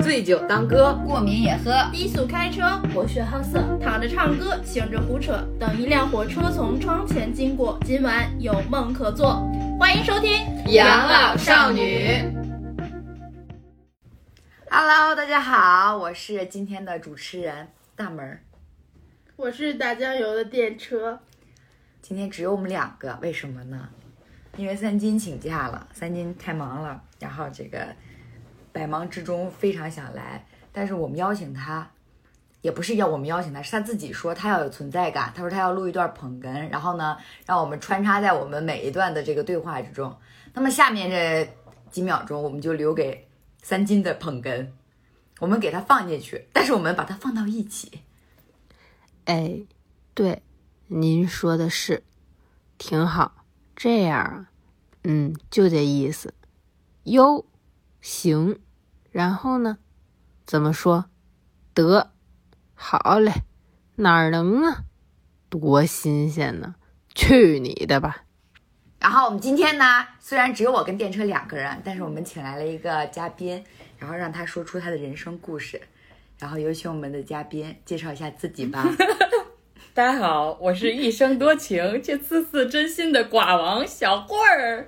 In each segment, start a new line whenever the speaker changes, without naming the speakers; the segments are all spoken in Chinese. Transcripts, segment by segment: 醉酒当歌，
过敏也喝。
低速开车，博学好色，躺着唱歌，醒着胡扯。等一辆火车从窗前经过，今晚有梦可做。欢迎收听《
养老少女》。
Hello，大家好，我是今天的主持人大门儿。
我是打酱油的电车，
今天只有我们两个，为什么呢？因为三金请假了，三金太忙了，然后这个百忙之中非常想来，但是我们邀请他，也不是要我们邀请他，是他自己说他要有存在感，他说他要录一段捧哏，然后呢，让我们穿插在我们每一段的这个对话之中。那么下面这几秒钟，我们就留给三金的捧哏，我们给他放进去，但是我们把它放到一起。
哎，对，您说的是，挺好。这样啊，嗯，就这意思。哟，行。然后呢，怎么说？得，好嘞。哪儿能啊？多新鲜呢！去你的吧！
然后我们今天呢，虽然只有我跟电车两个人，但是我们请来了一个嘉宾，然后让他说出他的人生故事。然后有请我们的嘉宾介绍一下自己吧。
大家好，我是一生多情却次次真心的寡王小慧儿，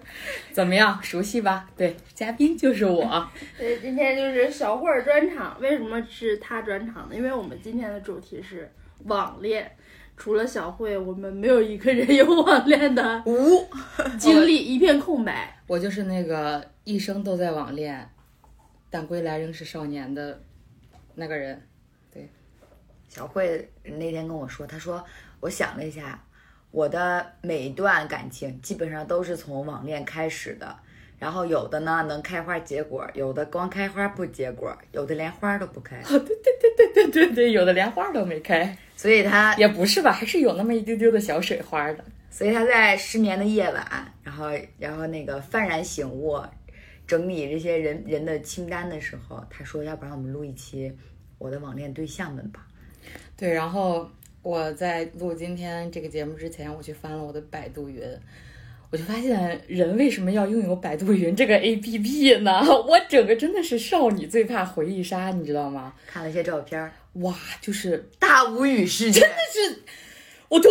怎么样，熟悉吧？对，嘉宾就是我。
对，呃今天就是小慧儿专场。为什么是她专场呢？因为我们今天的主题是网恋。除了小慧，我们没有一个人有网恋 的
五、
经历，一片空白。
我就是那个一生都在网恋，但归来仍是少年的那个人。
小慧那天跟我说，她说我想了一下，我的每一段感情基本上都是从网恋开始的，然后有的呢能开花结果，有的光开花不结果，有的连花都不开。
啊对对对，有的连花都没开，
所以 她
也不是吧，还是有那么一丢丢的小水花的。
所以他在失眠的夜晚，然后然后那个幡然醒悟，整理这些人人的清单的时候，他说：“要不然我们录一期我的网恋对象们吧。
对，然后我在录今天这个节目之前，我去翻了我的百度云，我就发现人为什么要拥有百度云这个 APP 呢？ 我整个真的是少女最怕回忆杀，你知道吗？”
看了一些照片儿，
哇，就是
大无语世界。
我吐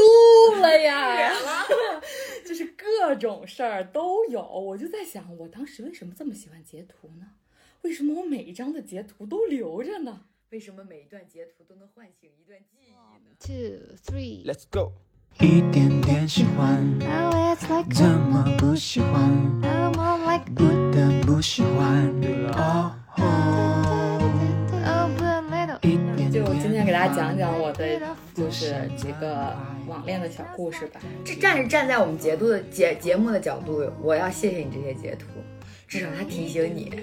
了呀， 就是各种事儿都有。我就在想，我当时为什么这么喜欢截图呢？为什么我每一张的截图都留着呢？
为什么每一段截图都能唤醒一段记忆呢？
two, three.
Let's go。一点点喜欢，
Oh, it's like
怎么不喜欢？
I'm all like
不得不喜欢。哦吼，
open Oh, little.
一点点
就今天给大家讲讲我的，就是几个网恋的小故事吧。
这站是站在我们节度的节节目的角度，我要谢谢你这些截图，至少他提醒你。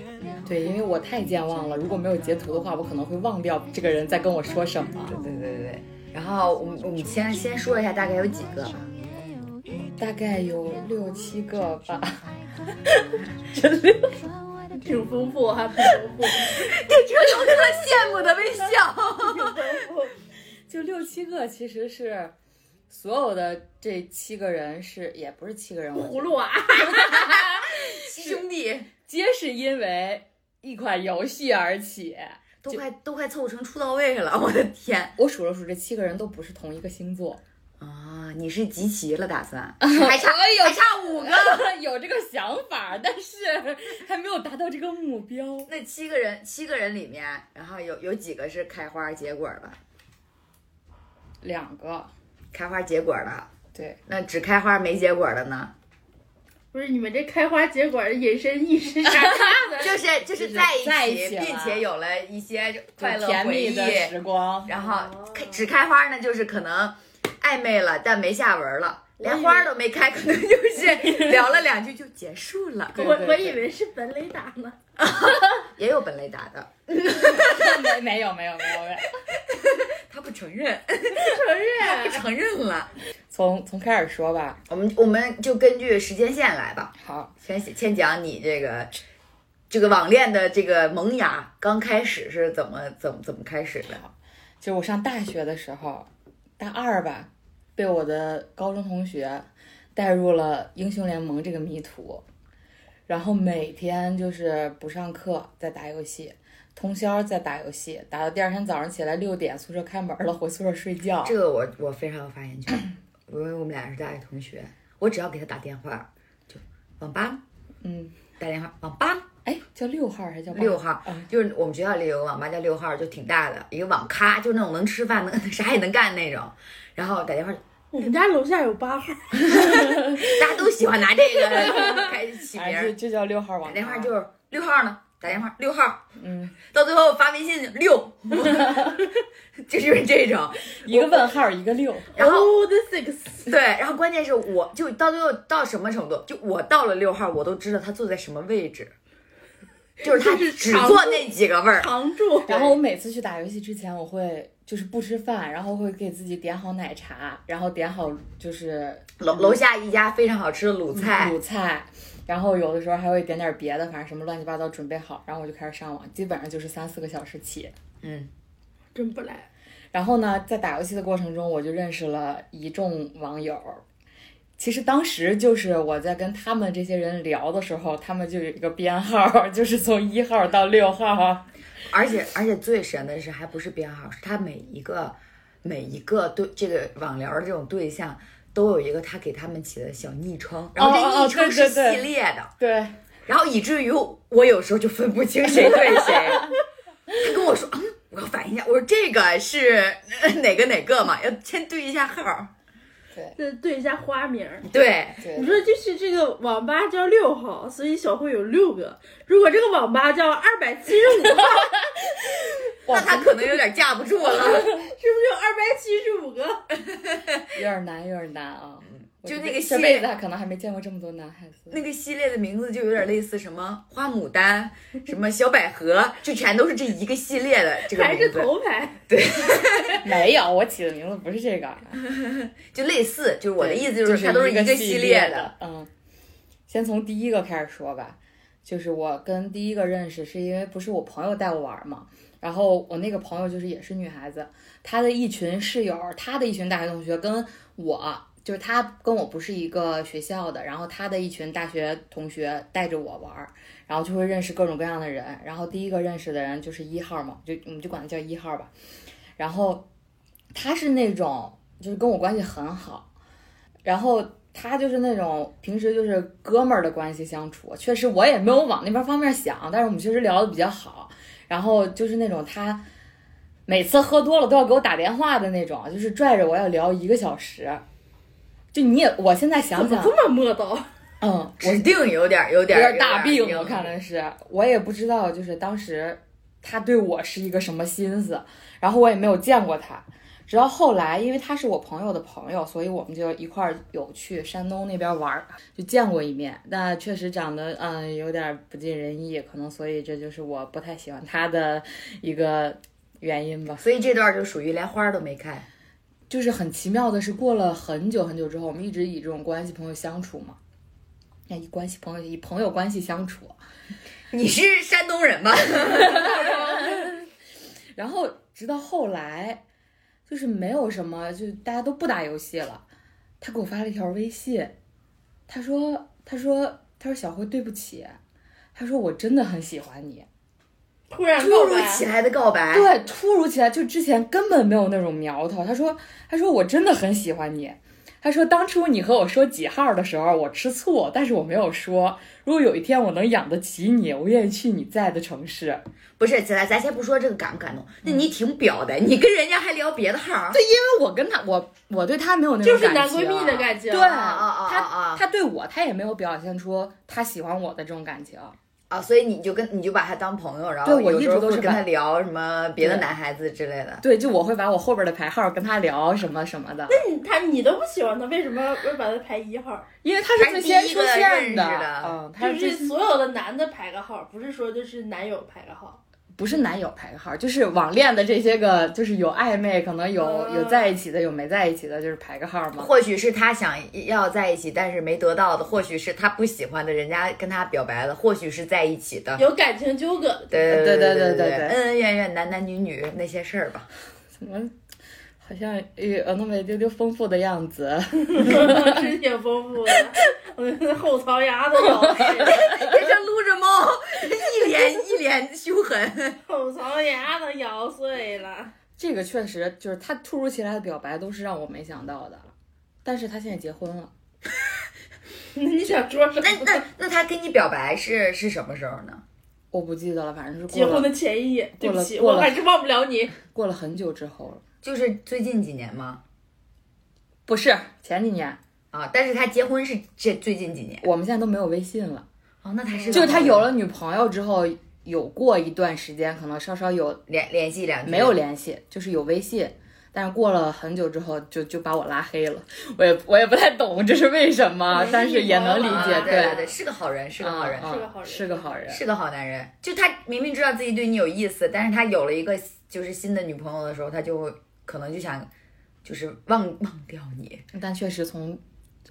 对，因为我太健忘了，如果没有截图的话，我可能会忘掉这个人在跟我说什么。
对对对对。然后我们我们先先说一下大概有几个吧。
大概有六七个吧，
挺丰富，还挺 丰富。
这种特羡慕的微 笑。
就六七个，其实是所有的这七个人是也不是七个人，我觉得
葫芦娃、
兄弟
皆是因为一款游戏而起。
都快都快凑成出道位了，我的天！
我数了数，这七个人都不是同一个星座，
啊，你是集齐了打
啊
算？还差还差五个，
有这个想法，但是还没有达到这个目标。
那七个人七个人里面，然后有有几个是开花结果了？
两个，
开花结果了，
对，
那只开花没结果的呢？
不是你们这开花结果的隐身意识啥 意思？
就是就是在一起，
在一起了
并且有了一些快乐
就甜
回
蜜
忆，
的时光。
然后开只开花呢，就是可能暧昧了，但没下文了。连花都没开，可能就是聊了两句就结束了。
对
我
对
我
对
以为是本雷达呢。
也有本雷达的，
没没有没有没有没有，
他不承认，
承认
不承认了。
从从开始说吧。
我们我们就根据时间线来吧，
好，
先先讲你这个这个网恋的这个萌芽刚开始是怎么怎么怎么开始的？
就是我上大学的时候，大二吧，被我的高中同学带入了英雄联盟这个迷途，然后每天就是不上课在打游戏，通宵在打游戏，打到第二天早上起来六点，宿舍开门了，回宿舍睡觉。
这个我我非常有发言权，因为我们俩是大学同学，我只要给他打电话，就网吧
嗯，
打电话，网吧
哎，叫六号还是叫八
六号
嗯，
就是我们学校里有个网吧叫六号，就挺大的一个网咖，就那种能吃饭能 啥也能干那种。然后打电话，
我们家楼下有八号，
大家都喜欢拿这个开始起名
哎，就
儿，
就叫六号网
打
咖。
电话就是六号呢，打电话六号，
嗯，
到最后发微信就 六， 就是这种。
一个问号，一个六。
然后
oh, the six，
对，然后关键是我就到最后到什么程度，就我到了六号，我都知道他坐在什么位置，就是他
就是
只
常
坐那几个位儿。
常驻。
然后我每次去打游戏之前，我会就是不吃饭，然后会给自己点好奶茶，然后点好就是
楼楼下一家非常好吃的鲁菜，
嗯卤菜，然后有的时候还会点点别的，反正什么乱七八糟准备好，然后我就开始上网，基本上就是三四个小时起。
嗯，
真不赖，
然后呢，在打游戏的过程中，我就认识了一众网友。其实当时就是我在跟他们这些人聊的时候，他们就有一个编号， 就是从一号到六号。
而且而且最神的是，还不是编号，是他每一个每一个对这个网聊的这种对象，都有一个他给他们起的小昵称，然后
哦
这
哦
昵称
对
是
对
系
对
列的，
对，
然后以至于我有时候就分不清谁对谁。他跟我说，嗯，我要反应一下，我说这个是呃哪个哪个嘛，要先对一下号。
再对一下花名儿。
对，
对
你说就是这个网吧叫六号，所以小慧有六个。如果这个网吧叫二百七十五号，
那他可能有点架不住了。
是不是有二百七十五个？
有点难，有点难啊。我
就
这
那个
辈
系
这辈子可能还没见过这么多男孩子。
那个系列的名字就有点类似什么花牡丹、什么小百合，就全都是这一个系列的这个
还是
名字，
头牌？
没有，我起的名字不是这个。啊
就类似。就是我的
对
意思就是，它都是
一
一个
系
系列的。
的。嗯，先从第一个开始说吧，就是我跟第一个认识是因为不是我朋友带我玩嘛，然后我那个朋友就是也是女孩子，她的一群室友，她的一群大学同学跟我。就是她跟我不是一个学校的，然后她的一群大学同学带着我玩儿，然后就会认识各种各样的人。然后第一个认识的人就是一号嘛，就我们就管他叫一号吧。然后他是那种就是跟我关系很好，然后他就是那种平时就是哥们儿的关系相处，确实我也没有往那边方面想，但是我们确实聊得比较好。然后就是那种他每次喝多了都要给我打电话的那种，就是拽着我要聊一个小时。就你也，我现在想
怎么
想，
这么磨叨？
嗯，
指定有点有点
有点大病，
硬
我看的是，我也不知道，就是当时他对我是一个什么心思，然后我也没有见过他，直到后来，因为他是我朋友的朋友，所以我们就一块儿有去山东那边玩儿，就见过一面，但确实长得嗯有点不尽人意，可能所以这就是我不太喜欢他的一个原因吧。
所以这段就属于连花都没开。
就是很奇妙的是，过了很久很久之后，我们一直以这种关系朋友相处嘛，那以关系朋友以朋友关系相处，
你是山东人吧？
然后直到后来，就是没有什么，就大家都不打游戏了。他给我发了一条微信，他说：“他说他说小辉对不起，他说我真的很喜欢你。
突 然
突
告
如
白
其来的告白，
对，突如其来，就之前根本没有那种苗头。他说他说我真的很喜欢你。他说当初你和我说几号的时候，我吃醋，但是我没有说。如果有一天我能养得起你，我愿意去你在的城市。
不是，咱咱先不说这个感不感动，那
嗯
你挺表的，你跟人家还聊别的号，啊对，
因为我跟他，我我对他没有那种
就是男
感
闺
情
蜜的感情。
对，
啊啊啊
他
啊
他对我，他也没有表现出他喜欢我的这种感情。
啊，所以你就跟你就把他当朋友，然后
对我
有
一
时候
直都
会
是
跟
把
他聊什么别的
对
男孩子之类的，
对，就我会把我后边的排号跟他聊什么什么的，
你嗯他你都不喜欢他，为什么要把他排一号？
因为他是最
还
先出
是第一
现
个
的
认识的，
嗯，他
就是
最
是
先
所有的男的排个号，不是说就是男友排个号。
不是男友排个号，就是网恋的这些个，就是有暧昧，可能有
啊
嗯
有在一起的，有没在一起的，就是排个号嘛。
或许是他想要在一起，但是没得到的；或许是他不喜欢的，人家跟他表白了；或许是在一起的。
有感情纠葛的，
对对
对对对
对
对对
恩恩怨怨、男男女女那些事儿吧。
怎么好像呃有那么一丢丢丰富的样子？
是挺丰富的。我后槽
哎
牙都咬碎 了。
人家撸着猫，一脸一脸凶狠。
我
个确实就是他突如其来的表白都是让我没想到的，但是他现在结婚了，
你想说什
那
么？
那那他跟你表白是是什么时候呢？
我不记得了，反正是
结
过
婚
了
的前一夜，对不起，
过了
我还是忘不了你。
过了很久之后了，
就是最近几年吗？
不是前几年，
啊，但是他结婚是这最近几年
我们现在都没有微信了，
哦，那他是
就是他有了女朋友之后，有过一段时间可能稍稍有
联联系两句
没有联系，就是有微信，但是过了很久之后就就把我拉黑了，我也我也不太懂这是为什么，但是也能理
啊
解，
对对对，是个好人，是个好人，
嗯
是个好人
是个好人，
是个好男人。就他明明知道自己对你有意思，但是他有了一个就是新的女朋友的时候，他就会可能就想就是忘忘掉你，
但确实从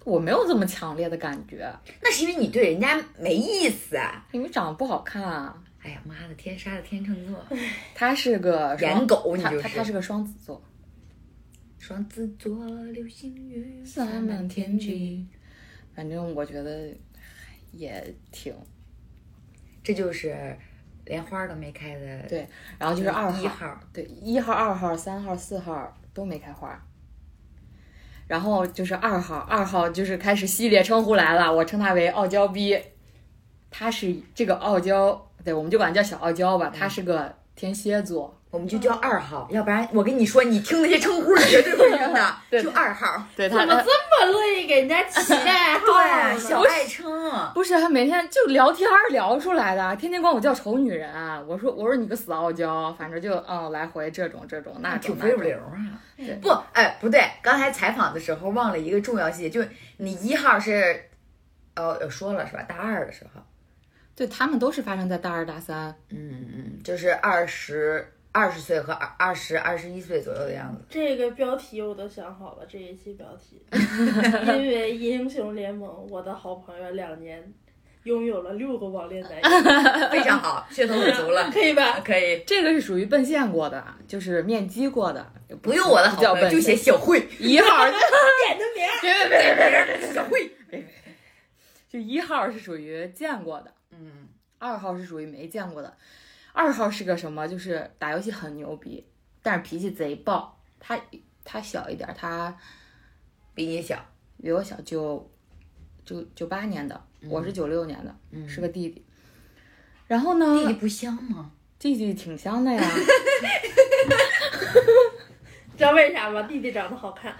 我没有这么强烈的感觉，
那是因为你对人家没意思啊。
因为长得不好看啊。
哎呀妈的，天杀的天秤座，
他是个双
颜狗你
他
就是
他他是个双子座，
双子座流星雨
洒满天地。反正我觉得唉也挺
这就是连花都没开的，
对，然后就是二
一
号，
号，
对，一号、二号、三号、四号都没开花。然后就是二号，二号就是开始系列称呼来了，我称他为傲娇逼，他是这个傲娇，对，我们就管他叫小傲娇吧，他是个天蝎座，
我们就叫二号，要不然我跟你说，你听那些称呼是绝对不一样的，
对
就二号，
对呃他
怎么这么乐意给人家起外号呢？
对，啊小爱称，啊
不是，他每天就聊天儿聊出来的，天天管我叫丑女人。啊我说我说你个死傲娇，反正就嗯来回这种这种那
挺
种那
非主
种。
流啊。不，哎，不对，刚才采访的时候忘了一个重要细节，就是你一号是，哦，有说了是吧？大二的时候，
对他们都是发生在大二大三，
嗯嗯，就是二十二十岁和二二十二十一岁左右的样子。
这个标题我都想好了，这一期标题，因为《英雄联盟》，我的好朋友两年拥有了六个网恋男友，
非常好，噱头很足了，
可以吧？
可以。
这个是属于奔现过的，就是面基过的，
不用我的好
不叫
朋友，
奔
就写
现
小慧，
一号儿。
点的名儿，
别别别别别别别，小慧，别别别，就一号儿是属于见过的，
嗯，
二号是属于没见过的。二号是个什么？就是打游戏很牛逼，但是脾气贼暴。他他小一点儿，他
比你小，
比我小九九九八年的，我是九六年的，
嗯
是个弟弟。然后
弟弟
呢，
不香吗？
弟弟挺香的呀，
知道为啥吗？弟弟长得好看，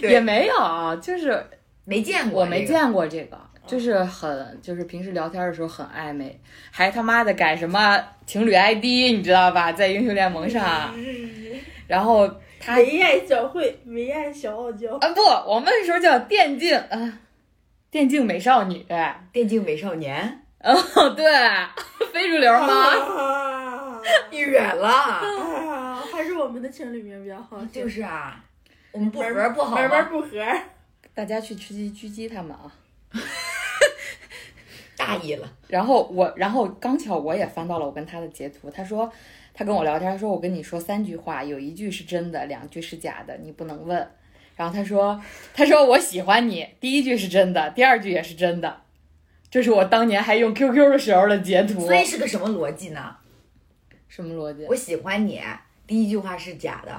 对
也没有，就是
没见过，
我没。见过这个，嗯就是很就是平时聊天的时候很暧昧，还他妈的改什么情侣 ID，你知道吧，在英雄联盟 上，然后他
唯爱小慧，唯爱小傲娇，
啊不，我们那时候叫电竞啊，电竞美少 女，
电竞美少年，
哦对，非主流 吗？
啊
远了，
啊，还是我们的情侣名比较好，
就是啊，我们不
嗯门
合不好
门门
吗？
不 合，
大家去狙击狙击他们啊！
大意了，
然后我，然后刚巧我也翻到了我跟他的截图，他说他跟我聊天，他说我跟你说三句话，有一句是真的，两句是假的，你不能问。然后他说，他说我喜欢你，第一句是真的，第二句也是真的。这是我当年还用 QQ 的时候的截图
所，以是个什么逻辑呢？
什么逻辑？
我喜欢你，第一句话是假的，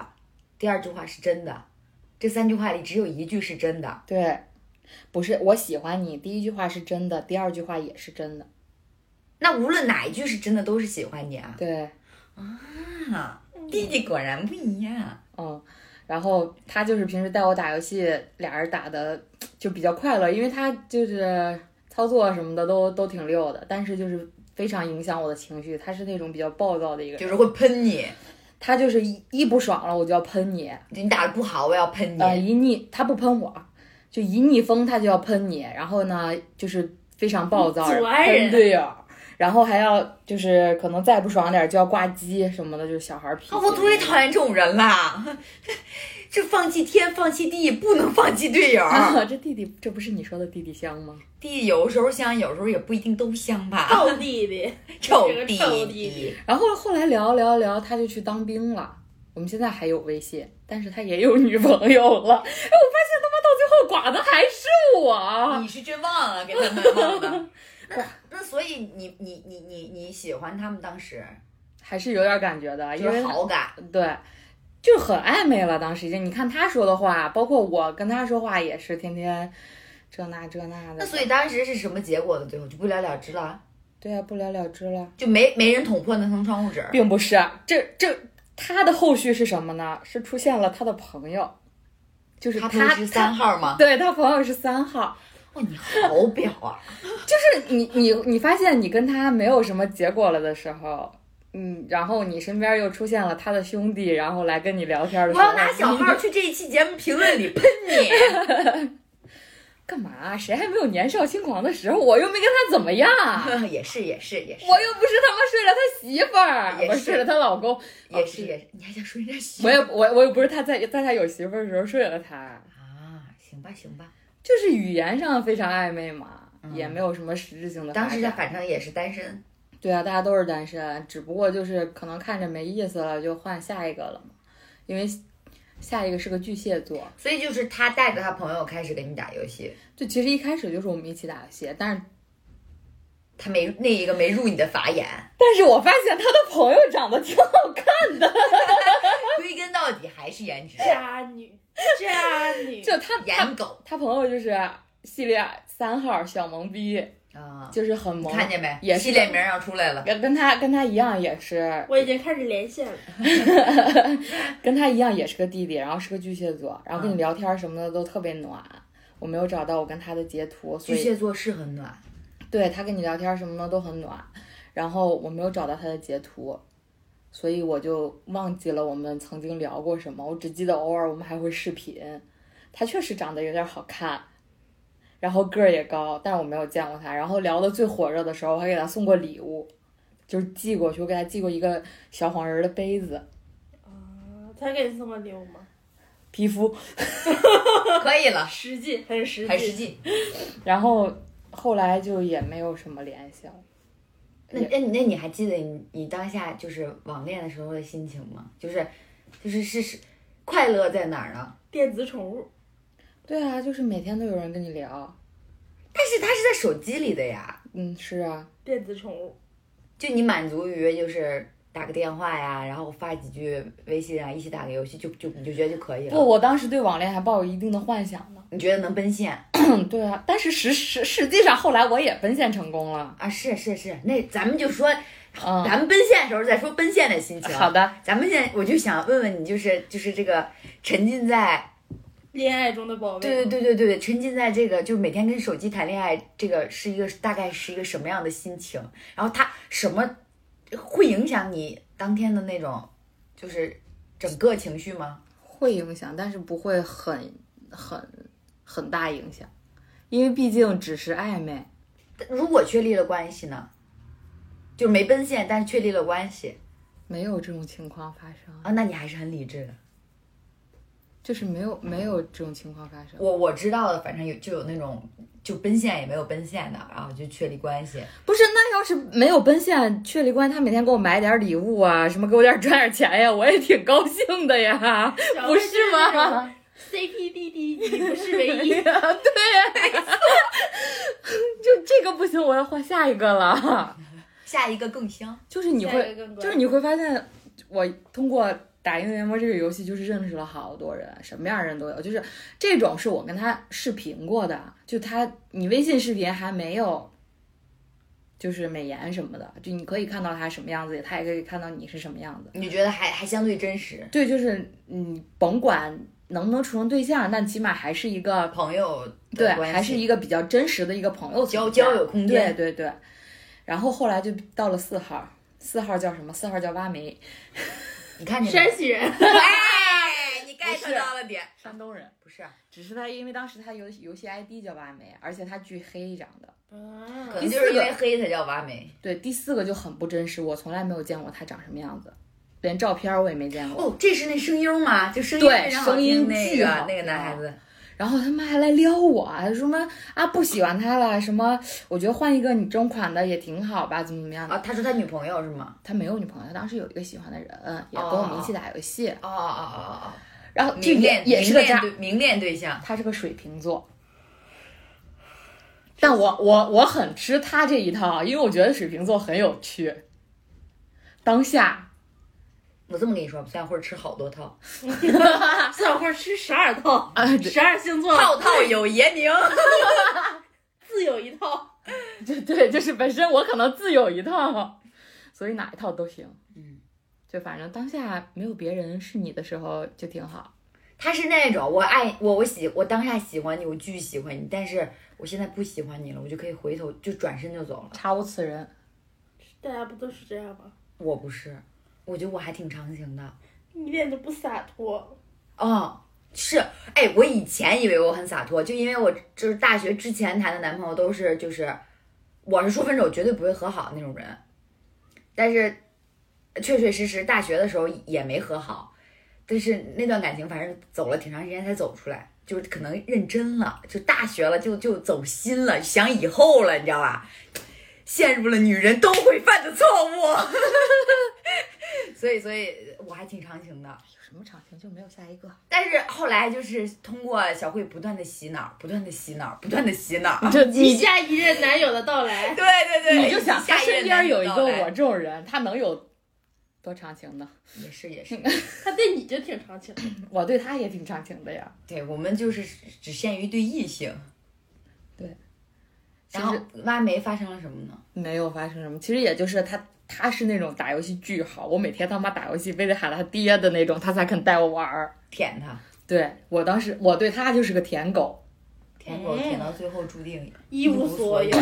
第二句话是真的，这三句话里只有一句是真的。
对，不是我喜欢你，第一句话是真的，第二句话也是真的。
那无论哪一句是真的，都是喜欢你啊！
对，
啊，弟弟果然不一样。
嗯，然后他就是平时带我打游戏，俩人打的就比较快乐，因为他就是操作什么的都都挺溜的，但是就是非常影响我的情绪。他是那种比较暴躁的一个人，
就是会喷你，
他就是一一不爽了我就要喷你，
你打的不好，我要喷
呃，
你。
一逆他不喷我，就一逆风他就要喷你，然后呢就是非常暴躁，
阻碍人
喷队友。然后还要就是可能再不爽点就要挂机什么的，就是小孩儿脾气。
啊，我最讨厌这种人啦！ 这放弃天，放弃地，不能放弃队友。
啊！这弟弟，这不是你说的弟弟香吗？
弟弟有时候香，有时候也不一定都香吧。
臭弟弟，
臭
这个
弟
臭 弟
弟，
然后后来聊聊聊，他就去当兵了。我们现在还有微信，但是他也有女朋友了。 哎，我发现他妈到最后寡的还是我。
你是真忘了给他们忘的。 那那所以你你你你你喜欢他们当时
还是有点感觉的，
就
因为
是好感，
对，就很暧昧了。当时已经，你看他说的话，包括我跟他说话也是天天这那这那的。
那所以当时是什么结果呢？最后就不了了之了，
对啊，不了了之了，
就没没人捅破那层窗户纸儿。
并不是这这他的后续是什么呢？是出现了他的朋友，就是
他
他
不是十三号吗？
对他朋友是三号，
哇，你好表啊！
就是你你你发现你跟他没有什么结果了的时候，嗯，然后你身边又出现了他的兄弟，然后来跟你聊天 的
我
时候，
要拿小号
你
去这一期节目评论里喷 你。
干嘛、谁还没有年少轻狂的时候？我又没跟他怎么样，
啊也是也是也是，
我又不是他妈睡了他媳妇
也
儿，我
是
睡了他老公，
也是也是，你还想说人家媳妇
我也 我我又不是他在在他有媳妇儿的时候睡了他，
啊？行吧行吧，
就是语言上非常暧昧嘛，
嗯
也没有什么实质性的发展。
当时他反正也是单身，
对啊，大家都是单身，只不过就是可能看着没意思了，就换下一个了嘛。因为下一个是个巨蟹座，
所以就是他带着他朋友开始跟你打游戏，
就其实一开始就是我们一起打游戏，但是
他没那一个没入你的法眼，
但是我发现他的朋友长得挺好看，
归根到底还是啊颜值，
渣女，渣女，
就他他
颜狗
他朋友就是系列三号小萌逼，
啊！
就是很萌，
看见没？
也是
系列名要出来了，
跟他跟他一样也是
我已经开始连线了。
跟他一样也是个弟弟，然后是个巨蟹座，然
嗯
后跟你聊天什么的都特别暖。我没有找到我跟他的截图，
巨
所以
蟹座是很暖，
对他跟你聊天什么的都很暖，然后我没有找到他的截图，所以我就忘记了我们曾经聊过什么，我只记得偶尔我们还会视频。他确实长得有点好看，然后个儿也高，但是我没有见过他。然后聊的最火热的时候，我还给他送过礼物，就是寄过去，我给他寄过一个小黄人儿的杯子、
啊，他给你送过礼物吗？
皮肤，
可以了，
实际，很实
很实
际。
际。
然后后来就也没有什么联系了。
那那你那你还记得你你当下就是网恋的时候的心情吗？就是就是是是快乐在哪儿呢？
电子宠物，
对啊，就是每天都有人跟你聊。
但是它是在手机里的呀，
嗯，是啊，
电子宠物，
就你满足于就是打个电话呀，然后发几句微信啊，一起打个游戏就就你就觉得就可以
不，
了。
我当时对网恋还抱有一定的幻想呢。
你觉得能奔现
嗯，对啊，但是实实实际上后来我也奔现成功了。
啊？是是是，那咱们就说，
嗯，
咱们奔现的时候再说奔现的心情。啊
好，的，
咱们现在我就想问问你，就是就是这个沉浸在
恋爱中的宝贝。
对对对对对对，沉浸在这个就每天跟手机谈恋爱，这个是一个大概是一个什么样的心情？然后它什么会影响你当天的那种，就是整个情绪吗？
会影响，但是不会很很很大影响，因为毕竟只是暧昧。
如果确立了关系呢，就没奔现，但是确立了关系
没有这种情况发生，
啊，那你还是很理智的。
就是没有没有这种情况发生。
我我知道的，反正有就有那种就奔现也没有奔现的，然后就确立关系。
不是，那要是没有奔现确立关系，他每天给我买点礼物啊，什么给我点赚点钱呀，我也挺高兴的呀，
小
不
慧
是
就那种
吗？
？CP D D，你不是 唯 一。
就这个不行，我要换下一个了。
下一个更香，
就是你
下
会
一个，更乖
就是你会发现，我通过打英雄联盟这个游戏，就是认识了好多人，什么样的人都有。就是这种是我跟他视频过的，就他你微信视频还没有，就是美颜什么的，就你可以看到他什么样子，他也可以看到你是什么样子。
你觉得还还相对真实？
对，就是你甭管能不能处成对象，但起码还是一个
朋友的
对，
关系
还是一个比较真实的一个朋友
交
存在
交友空间
对对对，然后后来就到了四号，四号叫什么？四号叫挖煤，
你看见没
山？西人，
哎，你
不是
get 到了点，
山东人。
不是，啊
只是他因为当时他游游戏 ID 叫挖煤，而且他巨黑长得。
可
嗯
能就是因为黑才叫挖煤。
对，第四个就很不真实，我从来没有见过他长什么样子，连照片我也没见过。
哦，这是那声优吗？就声音
对
非常好听
声音
那
巨
个
好
那个男孩子，
然后他妈还来撩我，还说什么啊不喜欢他了，什么我觉得换一个你这种款的也挺好吧，怎么怎么样的。
啊，他说他女朋友是吗？
他没有女朋友，他当时有一个喜欢的人，也跟我们一起打游戏。
哦哦哦哦哦。
然后这
明
也
恋
也
明
是个
恋
渣
对，明恋对象，
他是个水瓶座。但我我我很吃他这一套，因为我觉得水瓶座很有趣。当下
我这么跟你说，小小慧吃好多套，
四小慧吃十二套，
啊
十二星座
套有爷 名。
自有一套。
对对，就是本身我可能自有一套，所以哪一套都行。
嗯，
就反正当下没有别人是你的时候就挺好。
他是那种我爱我我喜我当下喜欢你，我巨喜欢你，但是我现在不喜欢你了，我就可以回头就转身就走了。
查无此人，
大家不都是这样吗？
我不是，我觉得我还挺长情的。
你一点都不洒脱。
哦，是，哎，我以前以为我很洒脱，就因为我就是大学之前谈的男朋友都是就是，我是说分手绝对不会和好那种人，但是确确实实大学的时候也没和好，但是那段感情反正走了挺长时间才走出来，就是可能认真了，就大学了就就走心了，想以后了，你知道吧？陷入了女人都会犯的错误， 所以所以我还挺长情的。
有什么场情就没有下一个。
但是后来就是通过小慧不断的洗脑，不断的洗脑，不断的洗脑。
就
你
你
下一任男友的到 来
对，对对，
你就想他
下
身
任
边有一
男
个
友到来
我这种人，他能有多长情呢？
也是也是，
他对你就挺长情的。
我对他也挺长情的呀。
对我们就是只限于对异性。
其
然后
实
挖煤发生了什么呢？
没有发生什么，其实也就是他他是那种打游戏巨好，我每天他妈打游戏非得喊他爹的那种，他才肯带我玩儿。
舔他，
对我当时我对他就是个舔狗，
舔狗
哎
嗯
舔到最后注
嗯
定
一无所有。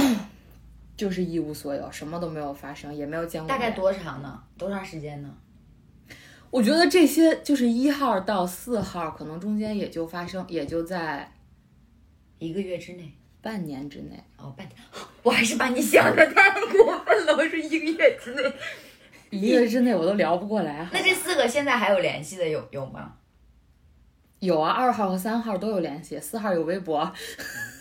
就是一无所有，什么都没有发生，也没有见过
大概
面
多长呢？多长时间呢？
我觉得这些就是一号到四号，可能中间也就发生，也就在
一个月之内。
半年之内。
哦，半， 我还是把你想的太过分了。我说一个月 之内，
一个月之内我都聊不过来。好吧
那这四个现在还有联系的有有吗？
有啊，二号和三号都有联系，四号有微博，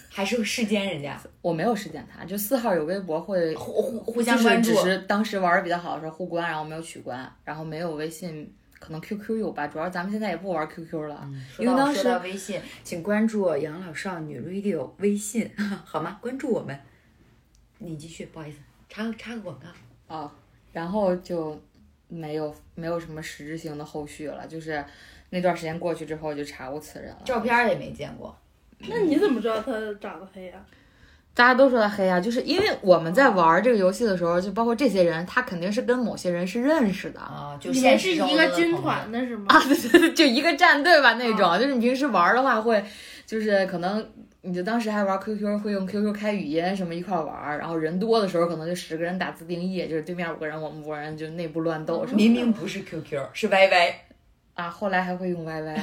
还是世间人家
我没有时间谈，就四号有微博会
互互互相关注
就是只是当时玩的比较好的时候互关，然后没有取关，然后没有微信，可能 QQ 有吧，主要咱们现在也不玩 QQ 了。
因为
因为
当
当
时
时
到微信，请关注养老少女 radio 微信， 好吗？关注我们。你继续，不好意思，插个插个广告。
啊，然后就没有没有什么实质性的后续了，就是那段时间过去之后就查无此人了。
照片儿也没见过，
那你怎么知道他长得黑啊呀、
大家都说他黑啊，就是因为我们在玩这个游戏的时候，就包括这些人，他肯定是跟某些人是认识的。
啊，就
你们
现
是
实
一
中
个
的
军
朋友
团的是 吗？
啊，对对 对，就一个战队吧那
嗯
种。就是你平时玩的话会，就是可能你就当时还玩 QQ，会用 QQ 开语音什么一块玩儿，然后人多的时候可能就十个人打字定义，就是对面五个人，我们五个人就内部乱斗什么的。
明明不是 QQ，是 YY。
啊，后来还会用 YY，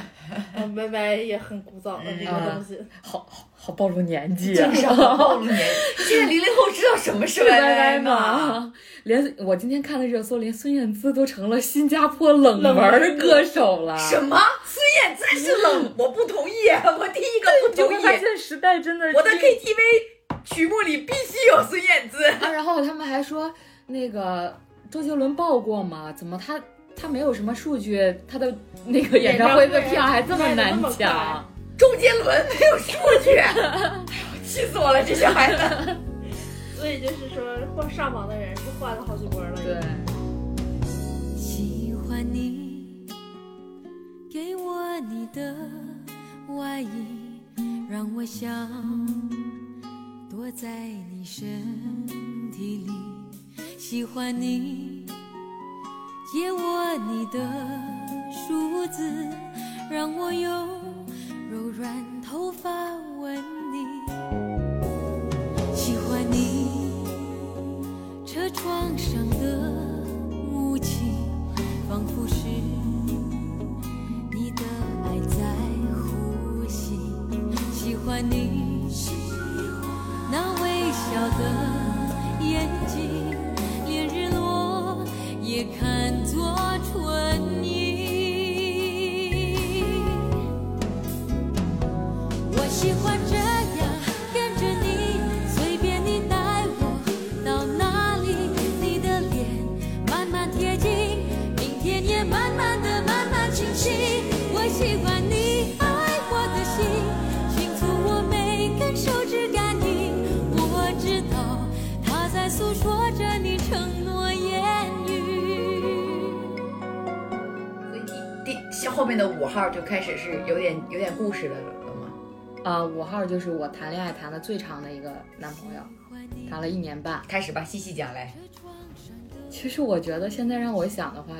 嗯，Y Y 也很古早的
嗯
这个东西。
好好好暴露年纪、啊。
暴露年纪，现在零零后知道什么是
YY
吗？
吗？连我今天看的热搜，连孙燕姿都成了新加坡冷门歌手 了。
什么？孙燕姿是冷，我不同意， 我第一个不
你就
同
会发
意。
现时代真的是
我的 KTV 曲目里必须有孙燕 姿。
啊，然后他们还说那个周杰伦报过吗？怎么他他没有什么数据，他的那个演唱会的票还这么难
卖得那么
抢？
周杰伦没有数据，哎呦，气死我了！这小孩子。
所以就是说，换上榜的人是换了好几波了。
对，
喜欢你，给我你的外衣，让我想躲在你身体里。喜欢你，借我你的梳子，让我用柔软头发吻你。喜欢你。车窗上的雾气，仿佛是你的爱在呼吸。喜欢你，那微笑的眼睛，连日落也看作春意。我喜欢这样跟着你，随便你带我到哪里，你的脸慢慢贴近，明天也慢慢的、慢慢清晰。我喜欢你爱我的心，轻触我每根手指感应，我知道
后面的五号就开始是有点有点故事的了吗？
啊，五号就是我谈恋爱谈的最长的一个男朋友，谈了一年半。
开始吧，细细讲来。
其实我觉得现在让我想的话，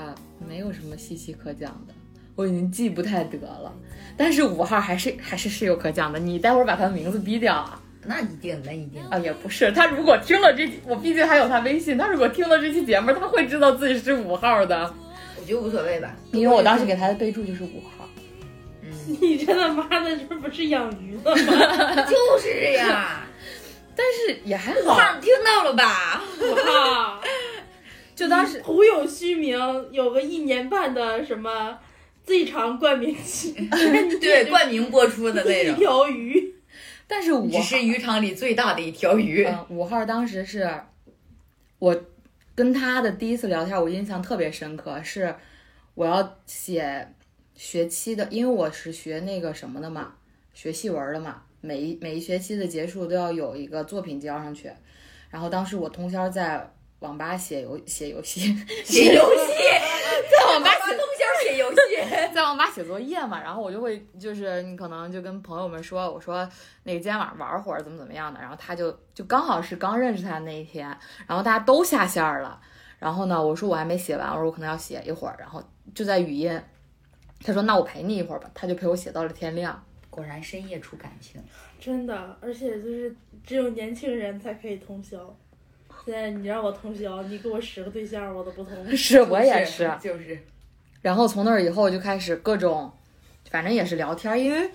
没有什么细细可讲的，我已经记不太得了。但是五号还是还是是有可讲的，你待会儿把他的名字逼掉啊。
那一定，那一定。
啊，也不是，他如果听了这期，我毕竟还有他微信，他如果听了这期节目，他会知道自己是五号的，
我觉得无所谓 吧。
因为我当时给他的备注就是五号。
你这他妈的这不是养鱼的吗？
就是这样，
但是也还好，
胖听到了吧？
啊，
就当时
徒有虚名，有个一年半的什么最长冠名期，
对，冠名播出的那
一
种，
条鱼。
但是五
只
号
是渔场里最大的一条鱼。
嗯，五号当时是我跟他的第一次聊天，我印象特别深刻，是我要写学期的，因为我是学那个什么的嘛，学戏文的嘛，每一每一学期的结束都要有一个作品交上去，然后当时我通宵在网吧写游写游戏，
写游 戏，
在 网吧
通
写
宵写 游戏。
在网吧写作业嘛，然后我就会就是你可能就跟朋友们说，我说那个今天晚上玩会儿怎么怎么样的，然后他就就刚好是刚认识他那一天，然后大家都下线儿了，然后呢，我说我还没写完，我说我可能要写一会儿，然后就在语音，他说那我陪你一会儿吧，他就陪我写到了天亮。
果然深夜出感情，
真的，而且就是只有年轻人才可以通宵。现在你让我通宵，你给我十个对象我都不 通。
是我也是，
就是
然后从那儿以后就开始各种，反正也是聊天儿，因为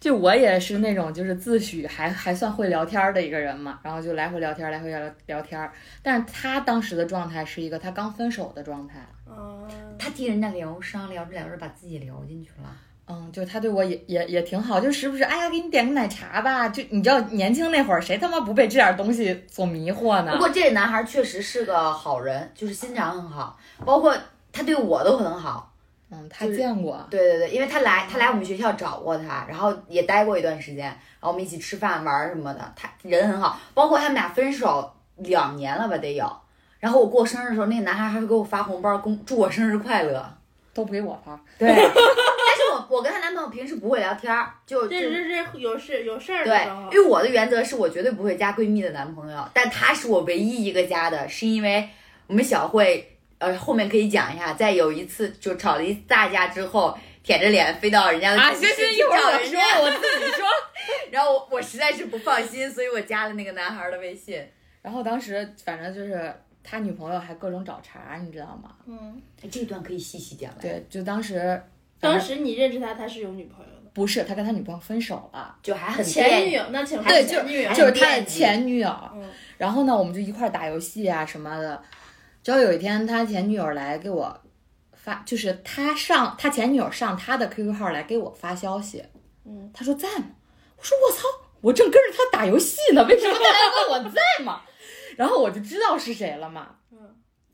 就我也是那种就是自诩还还算会聊天儿的一个人嘛，然后就来回聊天儿，来回聊聊天儿。但是他当时的状态是一个他刚分手的状态，
啊，
他替人家疗伤，聊着聊着把自己聊进去了。
嗯，就他对我也也也挺好，就时不时哎呀给你点个奶茶吧，就你知道年轻那会儿谁他妈不被这点儿东西所迷惑呢
不？过这男孩确实是个好人，就是心肠很好，包括他对我都很好。
嗯，他见过，
对对对，因为他来，他来我们学校找过他，然后也待过一段时间，然后我们一起吃饭玩儿什么的，他人很好。包括他们俩分手两年了吧，得有。然后我过生日的时候，那个男孩还会给我发红包，恭祝我生日快乐。
都不给我发。
对，但是我我跟她男朋友平时不会聊天儿，就就
这这这有事有事儿的
对
时候，
因，为我的原则是我绝对不会加闺蜜的男朋友，但他是我唯一一个加的，是因为我们小慧，呃，后面可以讲一下，在有一次就吵了一大架之后，舔着脸飞到人家的
啊，
寝
行
室
行，
去
一
找
会儿我
人
说
家，
我自己说。
然后我我实在是不放心，所以我加了那个男孩的微信，
然后当时反正就是他女朋友还各种找茬，你知道吗？
嗯，
哎这段可以细细讲来，
对，就当时
当时你认识他，他是有女朋友的，
不是他跟他女朋友分手了，
就还很
前女
友，
友那前
对，就
前女友
是就是
很
他
惦
的
记
前女友。
嗯
然后呢，我们就一块儿打游戏啊什么的。直到有一天，他前女友来给我发，就是他上他前女友上他的 QQ 号来给我发消息，
嗯，
他说在吗？我说我操，我正跟着他打游戏呢，为什么他来问我在吗？ 然后我就知道是谁了嘛。
嗯，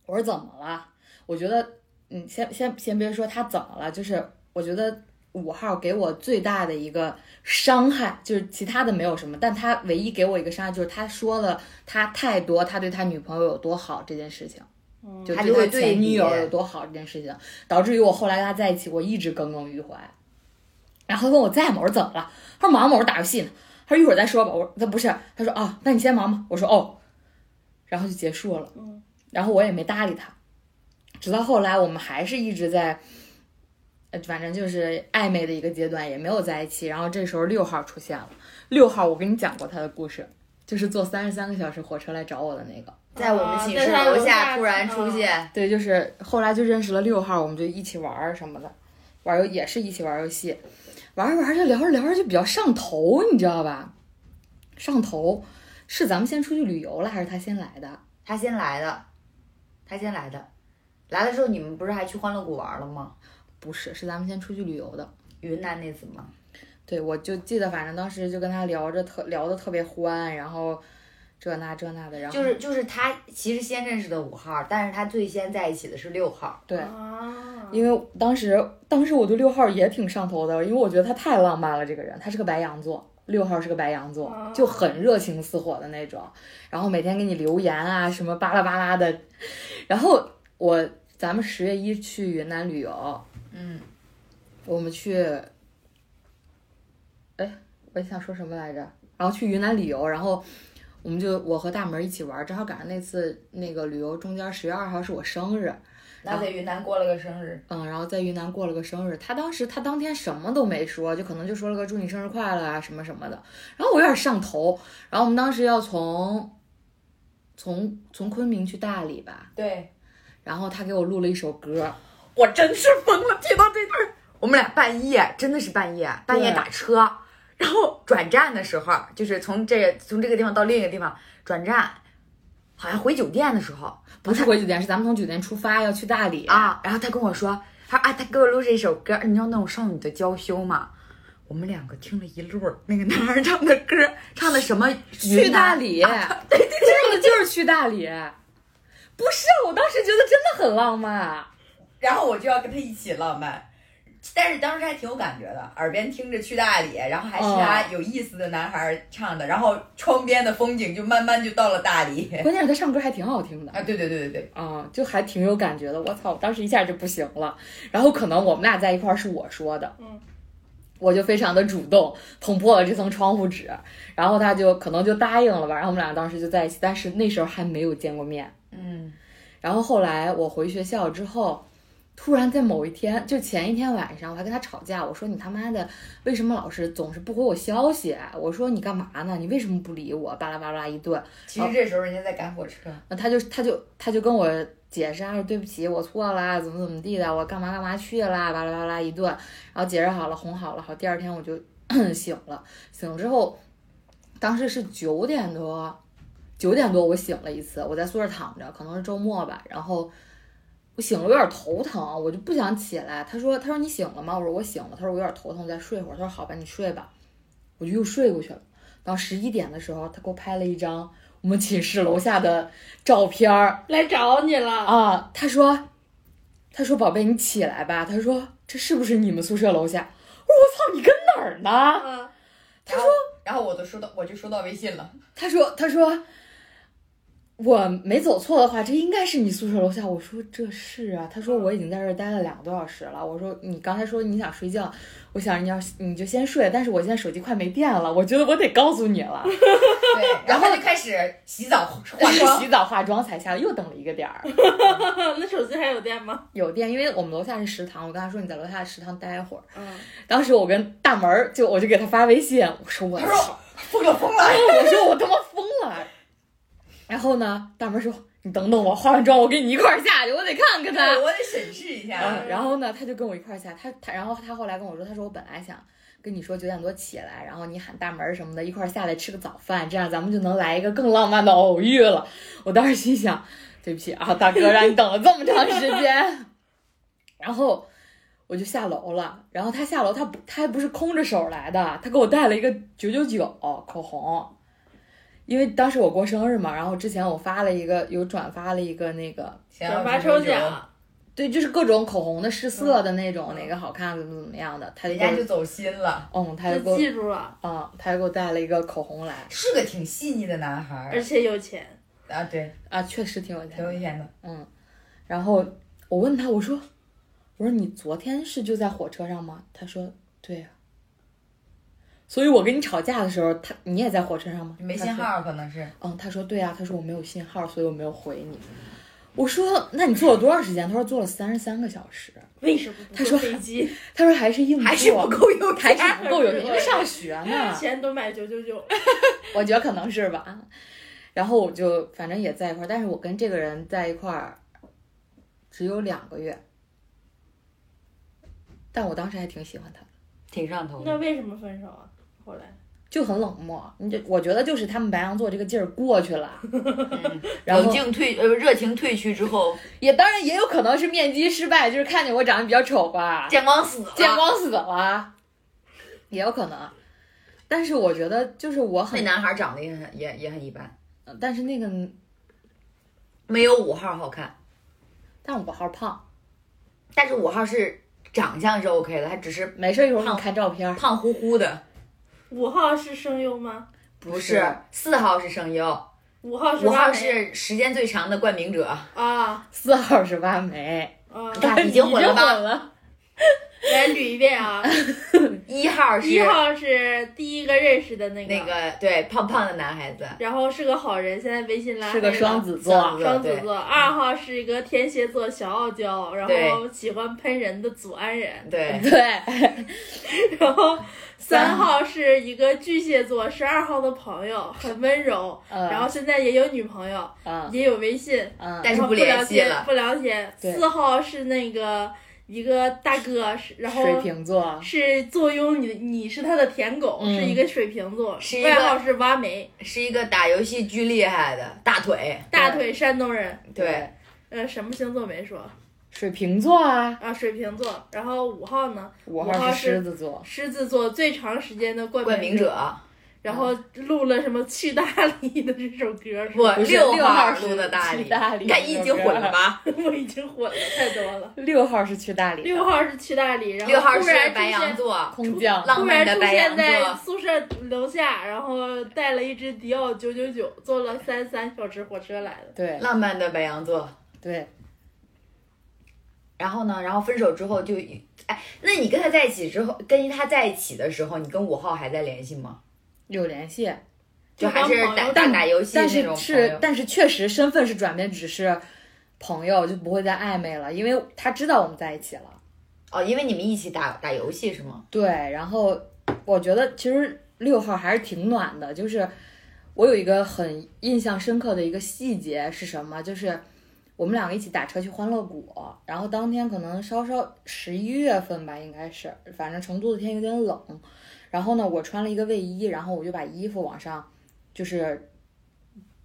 我说怎么了？我觉得，嗯，先先先别说他怎么了，就是我觉得五号给我最大的一个伤害，就是其他的没有什么，但他唯一给我一个伤害就是他说了他太多，他对他女朋友有多好这件事情。
嗯
就
他就会对
对前
比
女友有多好这件事情，导致于我后来跟他在一起，我一直耿耿于怀。然后他问我在吗？我说怎么了？他说忙吗？我说打游戏呢。他说一会儿再说吧。我说他不是，他说啊，那你先忙吧。我说哦，然后就结束了。
嗯，
然后我也没搭理他，直到后来我们还是一直在，呃，反正就是暧昧的一个阶段，也没有在一起。然后这时候六号出现了，六号我跟你讲过他的故事，就是坐三十三个小时火车来找我的那个。
在我们寝
啊
室
在他楼
楼
下
下突然出
嗯
现，
对，就是后来就认识了六号，我们就一起玩儿什么的，玩儿游也是一起玩儿游戏，玩着玩着聊着聊着就比较上头，你知道吧？上头是咱们先出去旅游了，还是他先来的？
他先来的，他先来的，来的时候你们不是还去欢乐谷玩了吗？
不是，是咱们先出去旅游的。
云南那次吗？
对，我就记得，反正当时就跟他聊着特聊的特别欢，然后这那这那的，然后
就是就是他其实先认识的五号，但是他最先在一起的是六号。
对，
啊，
因为当时当时我对六号也挺上头的，因为我觉得他太浪漫了，这个人，他是个白羊座。六号是个白羊座
哦，
就很热情似火的那种，然后每天给你留言啊，什么巴拉巴拉的。 然后我咱们十月一去云南旅游，
嗯，
我们去，哎，我想说什么来着？然后去云南旅游，然后我们就我和大门一起玩，正好赶上那次那个旅游中间十月二号是我生日，
那在云南过了个生日，
嗯，然后在云南过了个生日。他当时他当天什么都没说，就可能就说了个祝你生日快乐啊什么什么的。然后我有点上头，然后我们当时要从从从昆明去大理吧，
对
然后他给我录了一首歌，
我真是疯了。听到这段，我们俩半夜真的是半夜，半夜
对
打车，然后转站的时候，就是从这从这个地方到另一个地方转站，好像回酒店的时候，
不是回酒店，是咱们从酒店出发要去大理。
啊，然后他跟我说，他说啊，他给我录这首歌，你知道那种少女的娇羞吗？我们两个听了一路儿那个男孩唱的歌，唱的什么
去
云
大
南啊
理，啊 对对对，的就是去大理。不是，啊我当时觉得真的很浪漫。
然后我就要跟他一起浪漫。但是当时还挺有感觉的，耳边听着去大理，然后还是他有意思的男孩唱的，然后窗边的风景就慢慢就到了大理。
关键是他唱歌还挺好听的
啊，对对对对对，
啊，就还挺有感觉的。我操，我当时一下就不行了。然后可能我们俩在一块儿是我说的，
嗯，
我就非常的主动，捅破了这层窗户纸，然后他就可能就答应了吧。然后我们俩当时就在一起，但是那时候还没有见过面。
嗯，
然后后来我回学校之后，突然在某一天，就前一天晚上，我还跟他吵架，我说你他妈的为什么老是总是不回我消息？啊我说你干嘛呢？你为什么不理我？巴拉巴拉一顿，
其实这时候人家在赶火车，
那他就他就他就跟我解释啊，对不起，我错啦，怎么怎么地的，我干嘛干嘛去啦，巴拉巴拉一顿，然后解释好了，哄好了，好，第二天我就 醒了，醒了之后，当时是九点多，九点多我醒了一次，我在宿舍躺着，可能是周末吧，然后。我醒了，有点头疼，我就不想起来。他说：“他说你醒了吗？”我说：“我醒了。”他说：“我有点头疼，我再睡一会儿。”他说：“好吧，你睡吧。”我就又睡过去了。到十一点的时候，他给我拍了一张我们寝室楼下的照片儿，
来找你了。
啊，他说，他说宝贝，你起来吧。他说这是不是你们宿舍楼下？我说我操，你跟哪儿呢？
啊，
然后我就收到，我就收到微信了。
他说他说我没走错的话，这应该是你宿舍楼下。我说这是啊。他说我已经在这儿待了两个多小时了。我说你刚才说你想睡觉，我想你要你就先睡，但是我现在手机快没电了，我觉得我得告诉你了。
对，然后他就开始洗澡化妆。
洗澡化妆才下来，又等了一个点儿。
那手机还有电吗？
有电，因为我们楼下是食堂，我跟他说你在楼下食堂待一会儿。
嗯，
当时我跟大门儿就我就给他发微信，我说我
他
操，
说疯了疯了，
我说我他妈疯了。然后呢，大门儿说你等等我，化完妆我跟你一块儿下去，我得看看他。
我得审视一下。
嗯，然后呢，他就跟我一块儿下，他他然后他后来跟我说，他说我本来想。跟你说九点多起来，然后你喊大门儿什么的，一块儿下来吃个早饭，这样咱们就能来一个更浪漫的偶遇了。我当时心想，对不起啊，大哥，让你等了这么长时间。 然后我就下楼了，然后他下楼，他不，他还不是空着手来的，他给我带了一个九九九口红，因为当时我过生日嘛，然后之前我发了一个，有转发了一个那个，
想要
转发抽
什么就，
奖，
对，就是各种口红的试色的那种，哪个好看，怎么怎么样的，他就
嗯人
给
家
我，
就走心了，
嗯，他就给
就
我，
记住了，
嗯，他就给我带了一个口红来，
是个挺细腻的男孩
而
儿
且有钱。
啊，对，
啊，确实挺有钱
挺
的
有，钱的。
嗯，然后我问他，我说，我说你昨天是就在火车上吗？他说对呀、所以我跟你吵架的时候，他你也在火车上吗？
没
他
信
说。
号可能是，
嗯，他说对呀、他说我没有信号，所以我没有回你。
嗯
我说那你坐了多长时间？他说坐了三十三个小时。
为什么不
他
坐
说
飞机？
他说还是
嗯
硬座，
还是不
啊
够有
还
钱。
是不够 有钱，因为上学嘛。
钱都买九九九，
我觉得可能是吧。然后我就反正也在一块儿，但是我跟这个人在一块儿只有两个月，但我当时还挺喜欢他的，
挺上
哦
头
那
的。
为什么分手啊？后来
就很冷漠。你就我觉得就是他们白羊座这个劲儿过去了，
嗯
然
冷
后
静退呃热情退去之后，
也当然也有可能是面基失败，就是看见我长得比较丑吧，
见光死了。
见光死了，也有可能。但是我觉得就是我
那
很，
男孩长得也很也也很一般，
但是那个，
没有五号好看。
但我好胖，
但是五号是长相是 OK 的，他只是
没事，一会儿我给你
胖
看照片儿。
胖乎乎的，
五号是声优吗？
不是。四号是声优，
五号是
五号
挖煤
是时间最长的冠名者。
啊
四号是挖煤，
啊
你看已经混了吧
混了
来捋一遍啊，
一号是
一号是第一个认识的那个，
那个对胖胖的男孩子，
然后是个好人，现在微信拉黑
是个
了
双子
双
座，
双子
对
座，二号是一个天蝎座，小傲娇，然后喜欢喷人的祖安人，
对，
对，
然后三号是一个巨蟹座，是二号的朋友，很温柔，
嗯
然后现在也有女朋友，
嗯
也有微信，
嗯，
但是
然后
不
不
联
了
系
解
了。
不了解。
对
四号是那个一个大哥，是然后
水瓶座，
是坐拥你，你是他的舔狗，
嗯
是一个水瓶座，
是一个
外号是挖煤，
是一个打游戏巨厉害的大腿，
大腿山东人。
对，
呃，什么星座没说
水瓶座啊，
啊？水瓶座。然后五号呢？
五
五
号
号
是
是
狮子座，
狮子座最长时间的冠
冠名
者，
者。
然后录了什么去大理的这首歌，是
不
吧，
是六
号
号是
录的大
去
理，
大理
看已经混了吧？
我已经混了太多了。
六号是去大理的，
六号是去大理，然
六号
后
是
突然出
白羊
现
座，
空降，
浪
突
漫
然
的
出
白羊
现在
座，
宿舍楼下，然后带了一只迪奥九九九，坐了三三小时火车来的。
对
浪漫的白羊座。
对，
然后呢？然后分手之后就，哎，那你跟他在一起之后，跟他在一起的时候，你跟五号还在联系吗？
有联系，
就还
就是
打
当朋友
打打游戏
但
那
是
种
是
朋友
但是确实身份是转变，只是朋友就不会再暧昧了，因为他知道我们在一起了。
哦，因为你们一起打打游戏是吗？
对，然后我觉得其实六号还是挺暖的，就是我有一个很印象深刻的一个细节是什么？就是我们两个一起打车去欢乐谷，然后当天可能稍稍十一月份吧，应该是，反正成都的天有点冷。然后呢，我穿了一个卫衣，然后我就把衣服往上，就是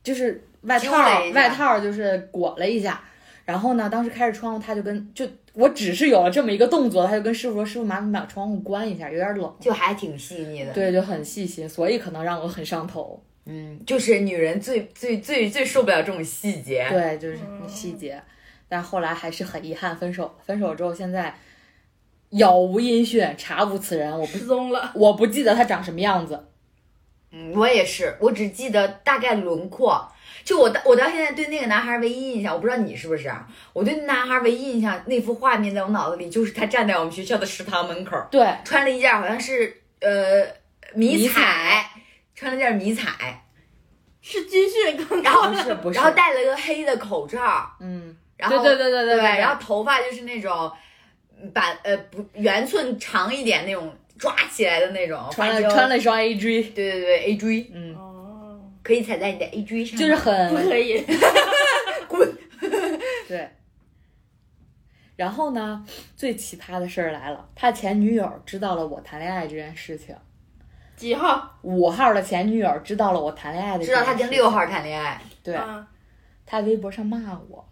就是外套
揪了一下
外套就是裹了一下。然后呢，当时开着窗户，他就跟就我只是有了这么一个动作，他就跟师傅说：“师傅，麻烦把窗户关一下，有点冷。
就还挺细腻”的。，
对，就很细心，所以可能让我很上头。
嗯，就是女人最最最最受不了这种细节。
对，就是
嗯
细节。但后来还是很遗憾分手。分手之后，现在杳无音讯，查无此人。我不
失踪了，
我不记得他长什么样子。
嗯，我也是，我只记得大概轮廓。就我到我到现在对那个男孩唯一印象，我不知道你是不是啊？我对那男孩唯一印象，那幅画面在我脑子里就是他站在我们学校的食堂门口，
对，
穿了一件好像是呃迷
迷
彩，穿了件迷彩，
是军训刚
然后
不是不是，
然后戴了个黑的口罩，
嗯，
然后
对对对对对对
然后头发就是那种嗯把呃不圆寸长一点那种抓起来的那种，
穿
发
了
胶
穿了一双 A G，
对对对 A G
嗯，
哦，
可以踩在你的 A G 上，
就是
不
很
可以，
滚。
对。然后呢，最奇葩的事儿来了，他前女友知道了我谈恋爱这件事情，
几号？
五号的前女友知道了我谈恋爱的，
知道他跟六，号嗯谈恋爱，
对，
啊，
他微博上骂我，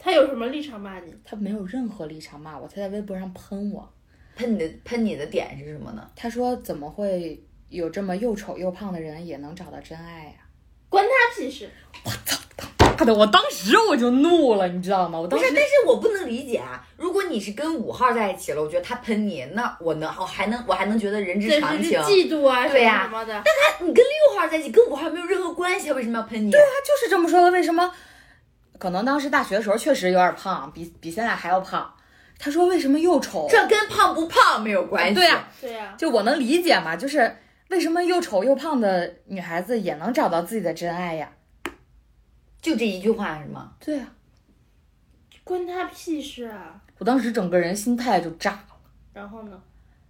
他有什么立场骂你？
他没有任何立场骂我，他在微博上喷我，
喷你的喷你的点是什么呢？
他说怎么会有这么又丑又胖的人也能找到真爱啊呀、
关他屁事！
妈的，我当时我就怒了，你知道吗？我
不
当
是
时，
但是我不能理解啊！如果你是跟五号在一起了，我觉得他喷你，那我能我还能我还能觉得人
这
之
是
常情。
嫉妒啊，
对呀
什么什么的。
你跟六号在一起，跟五号没有任何关系，他为什么要喷你？对啊
他就是这么说的，为什么？可能当时大学的时候确实有点胖，比比现在还要胖。他说为什么又丑？
这跟胖不胖没有关系。
对啊，
对呀、
就我能理解嘛，就是为什么又丑又胖的女孩子也能找到自己的真爱呀？
就这一句话是吗？
对啊，
关他屁事啊！
我当时整个人心态就炸了，
然后呢？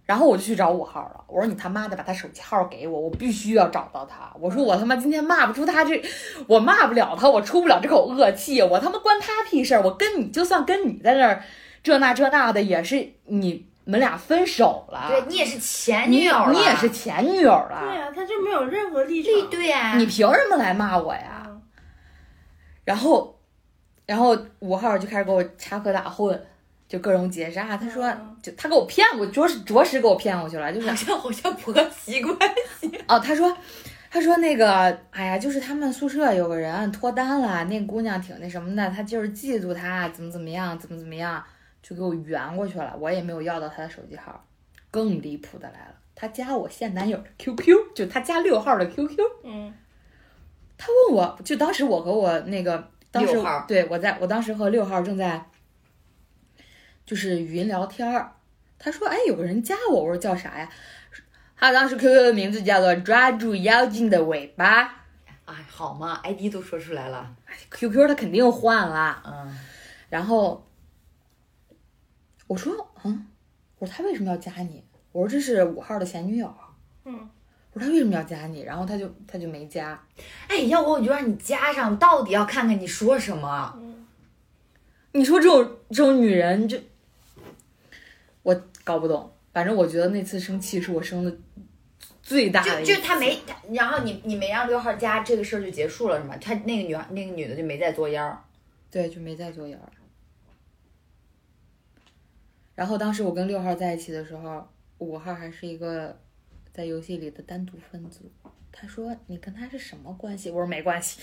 然后我就去找五号了，我说你他妈的把他手机号给我，我必须要找到他。我说我他妈今天骂不出他这，我骂不了他，我出不了这口恶气，我他妈关他屁事儿！我跟你就算跟你在那儿这那这那的，也是你们俩分手了，
对你也是前
你
女友了，
你也是前女友了，
对呀、啊他就没有任何立场。
对对呀、
你凭什么来骂我呀？
嗯
然后，然后五号就开始给我插科打诨，就各种解释啊。他说
嗯，
就他给我骗过，着实着实给我骗过去 了，就是
好像好像婆媳关系。
哦，他说，他说那个，哎呀，就是他们宿舍有个人脱单了，那姑娘挺那什么的，他就是嫉妒他，怎么怎么样，怎么怎么样，就给我圆过去了。我也没有要到他的手机号。更离谱的来了，他加我现男友的 QQ，就他加六号的 QQ。
嗯，
他问我就当时我和我那个当时
六号
对我在我当时和六号正在就是语音聊天儿。他说：“哎，有个人加我。”我说：“叫啥呀？”他当时 QQ 的名字叫做“抓住妖精的尾巴
哎，好嘛，ID 都说出来了，”。
QQ 他肯定换了。
嗯，
然后我说：“嗯，我说他为什么要加你？”我说：“这是五号的前女友。”
嗯，
我说：“他为什么要加你？”然后他就他就没加。
哎，要我我就让你加上，到底要看看你说什
嗯
么。
你说这种这种女人，这我搞不懂。反正我觉得那次生气是我生的最大的
就
一
就
次，
他没，他然后你你没让六号加，这个事儿就结束了是吗？他那个女孩那个女的就没再作妖儿。
对，就没再作妖了。然后当时我跟六号在一起的时候，五号还是一个在游戏里的单独分组。他说：“你跟他是什么关系？”我说：“没关系。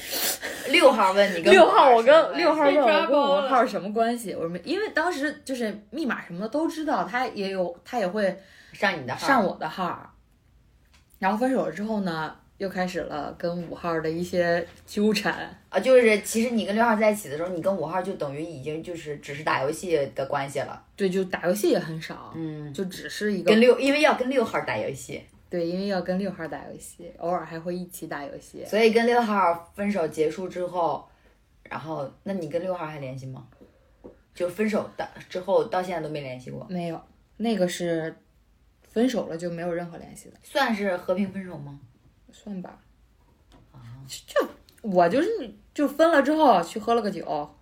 六号问你”跟
六号，
五
我跟六
号
号问
被抓
我跟
包
五
了
号是什么关系？我说没，因为当时就是密码什么的都知道，他也有，他也会
上你的号，
上我的号儿，然后分手了之后呢，又开始了跟五号儿的一些纠缠。
啊，就是其实你跟六号在一起的时候，你跟五号就等于已经就是只是打游戏的关系了。
对，就打游戏也很少，
嗯，
就只是一个
跟六因为要跟六号打游戏，
对，因为要跟六号儿打游戏，偶尔还会一起打游戏。
所以跟六号分手结束之后，然后那你跟六号还联系吗？就分手的之后到现在都没联系过，
没有，那个是分手了就没有任何联系的，
算是和平分手吗？
算吧。
啊
就就我就是就分了之后去喝了个酒，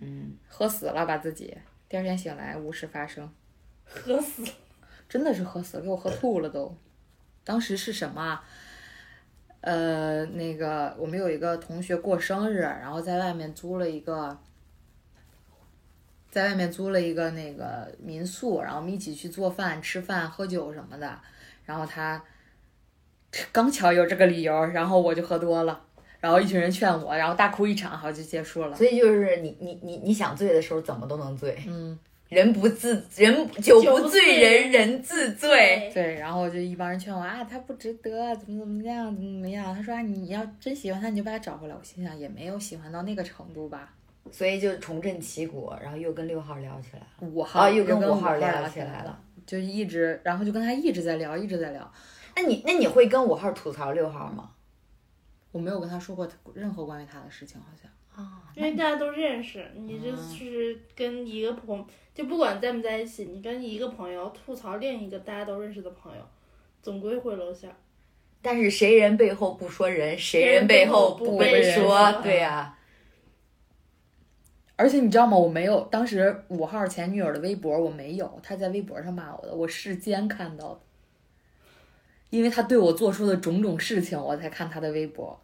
嗯，
喝死了把自己，第二天醒来无事发生，喝死， 真的是喝死了，给我喝吐了都。当时是什么啊？呃，那个我们有一个同学过生日，然后在外面租了一个，在外面租了一个那个民宿，然后我们一起去做饭、吃饭、喝酒什么的。然后他刚巧有这个理由，然后我就喝多了，然后一群人劝我，然后大哭一场，好就结束了。
所以就是你你你你想醉的时候怎么都能醉，
嗯，
人不自人酒
酒
不
不
醉
醉
人人自醉。
对，
对，然后就一帮人劝我啊，他不值得，怎么怎么样，怎么怎么样。他说、啊、你要真喜欢他，你就把他找回来。我心想也没有喜欢到那个程度吧。
所以就重振旗鼓，然后又跟六号聊起来了。
五号、
啊又
又
跟
跟
五
五
号聊
聊
起来
来
了，
就一直，然后就跟他一直在聊，一直在聊。
那你那你会跟五号吐槽六号吗？
我没有跟他说过他任何关于他的事情，好像
啊，
因为大家都认识，你就是跟一个朋就不管在不在一起，你跟一个朋友吐槽另一个大家都认识的朋友，总归会露馅儿。
但是谁人背后不说人，谁人背后不
谁人背后不被
说
人？说
对啊呀、
而且你知道吗？我没有当时五号前女友的微博，我没有，她在微博上骂我的，我事先看到的，因为她对我做出的种种事情，我才看她的微博。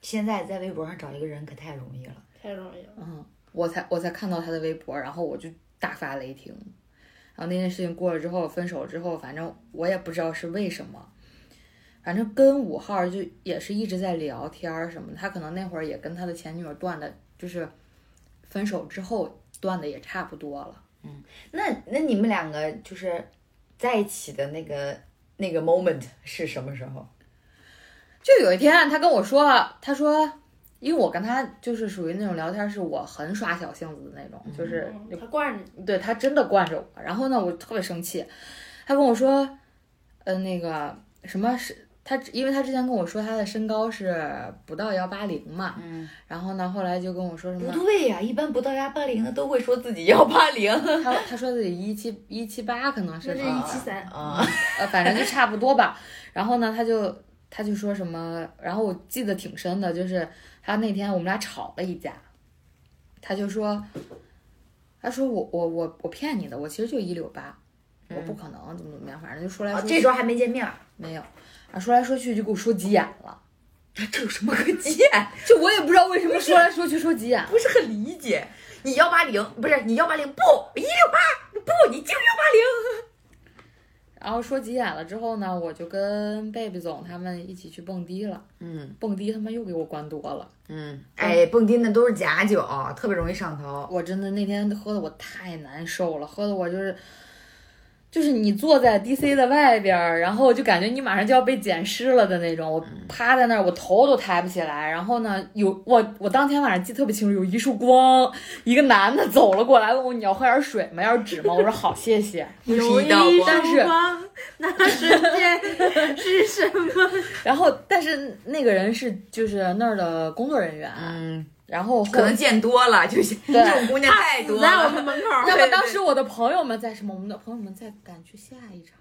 现在在微博上找一个人可太容易了。
太容易了，
嗯，我才我才看到他的微博，然后我就大发雷霆。然后那件事情过了之后，分手之后，反正我也不知道是为什么，反正跟五号就也是一直在聊天儿什么的。他可能那会儿也跟他的前女友断的，就是分手之后断的也差不多了。
那那你们两个就是在一起的那个那个 moment 是什么时候？
就有一天，他跟我说，他说，因为我跟他就是属于那种聊天儿，是我很耍小性子的那种，就是
嗯他惯着你，
对他真的惯着我。然后呢，我特别生气，他跟我说，呃，那个什么是他，因为他之前跟我说他的身高是不到幺八零嘛，
嗯，
然后呢，后来就跟我说什
不
么，
对呀、一般不到幺八零的都会说自己 幺八零。
他他说自己一七一七八可能是
那是
吧
一七三，
啊，
呃，反正就差不多吧。然后呢，他就他就说什么，然后我记得挺深的，就是他那天我们俩吵了一架，他就说，他说我我我我骗你的，我其实就一六八，我不可能怎么怎么样，反正就说来说去、
啊这时候还没见面儿，
没有啊，说来说去就给我说急眼了，
哎这有什么可见？
就我也不知道为什么说来说去说急眼，
不是很理解。你幺八零不是你幺八零不一六八不你就幺八零。
然后说急眼了之后呢，我就跟贝贝总他们一起去蹦迪了，
嗯
蹦迪他妈又给我关多了。
嗯，哎，蹦迪那都是假酒，特别容易上头。
我真的那天喝的我太难受了，喝的我就是就是你坐在 DC 的外边儿，然后就感觉你马上就要被捡尸了的那种。我
嗯
趴在那儿，我头都抬不起来。然后呢，有我我当天晚上记得特别清楚，有一束光，一个男的走了过来，问我你要喝点水吗？要纸吗？我说好，谢谢。
又是一道光。
但是
光， 那瞬间是什么？
然后但是那个人是就是那儿的工作人员，
嗯，
然后后
可能见多了，就是
对
这种姑娘太多
在我
了，
们门 口儿，
那么当时我的朋友们在什么？我们的朋友们在赶去下一场，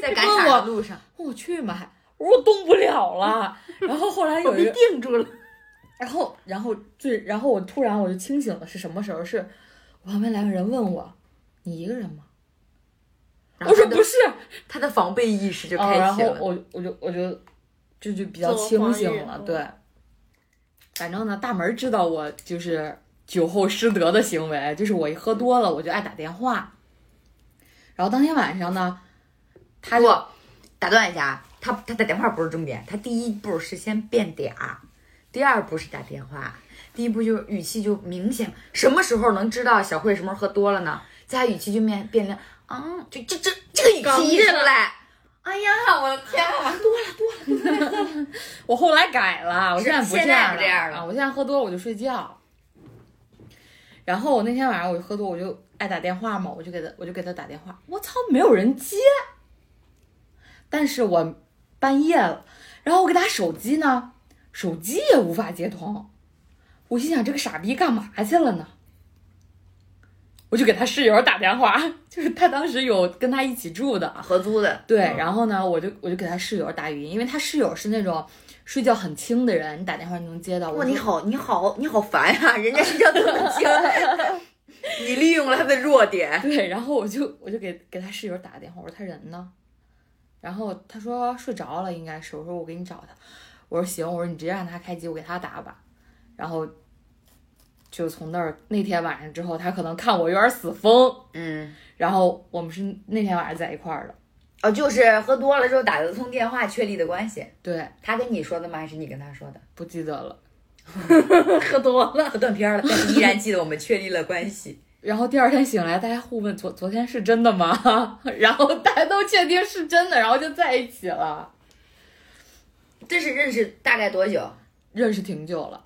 在赶场的路上，
问我去吗？还我说我动不了了。然后后来
我
有
被
一个，
定住了。
然后然后最然后我突然我就清醒了，是什么时候？是我旁边来个人问我：“你一个人吗？”
然
我
后
说
她：“的
不是。
她的防备意识就
哦，
开
然
启
后
了。
我我就我就这就比较
自我
清
防
醒
御
了
嗯，
对。反正呢，大门知道我就是酒后失德的行为，就是我一喝多了我就爱打电话。然后当天晚上呢，他就
不，打断一下啊，她她打电话不是重点，她第一步是先变嗲，第二步是打电话，第一步就语气就明显，什么时候能知道小慧什么时候喝多了呢？在她语气就变变凉，啊、就这这这个语气一出来，哎呀，我的天啊！
我后来改了，我现在不
现
这
在
样
不
了
这样了
啊！我现在喝多了我就睡觉。然后我那天晚上我就喝多，我就爱打电话嘛，我就给他我就给他打电话，我操，没有人接。但是我半夜了，然后我给他手机呢，手机也无法接通。我心想这个傻逼干嘛去了呢？我就给他室友打电话，就是他当时有跟他一起住的，啊
合租的，
对，然后呢，我就我就给他室友打语音，因为他室友是那种睡觉很轻的人，你打电话你能接到。我
哇，
说
你，好，你好，你好烦呀、 人家睡觉这么轻，你利用了他的弱点。
对，然后我就我就给给他室友打个电话，我说他人呢？然后他说睡着了，应该是。我说我给你找他。我说行，我说你直接让他开机，我给他打吧。然后就从那儿那天晚上之后，他可能看我有点死疯，
嗯，
然后我们是那天晚上在一块儿的。
哦，就是喝多了之后打得通电话确立的关系，
对，
他跟你说的吗？还是你跟他说的？
不记得了。
喝多了，喝断片 儿了，但是依然记得我们确立了关系。
然后第二天醒来，大家互问昨昨天是真的吗？ 然后大家都确定是真的，然后就在一起了，
这是认识大概多久？
认识挺久了，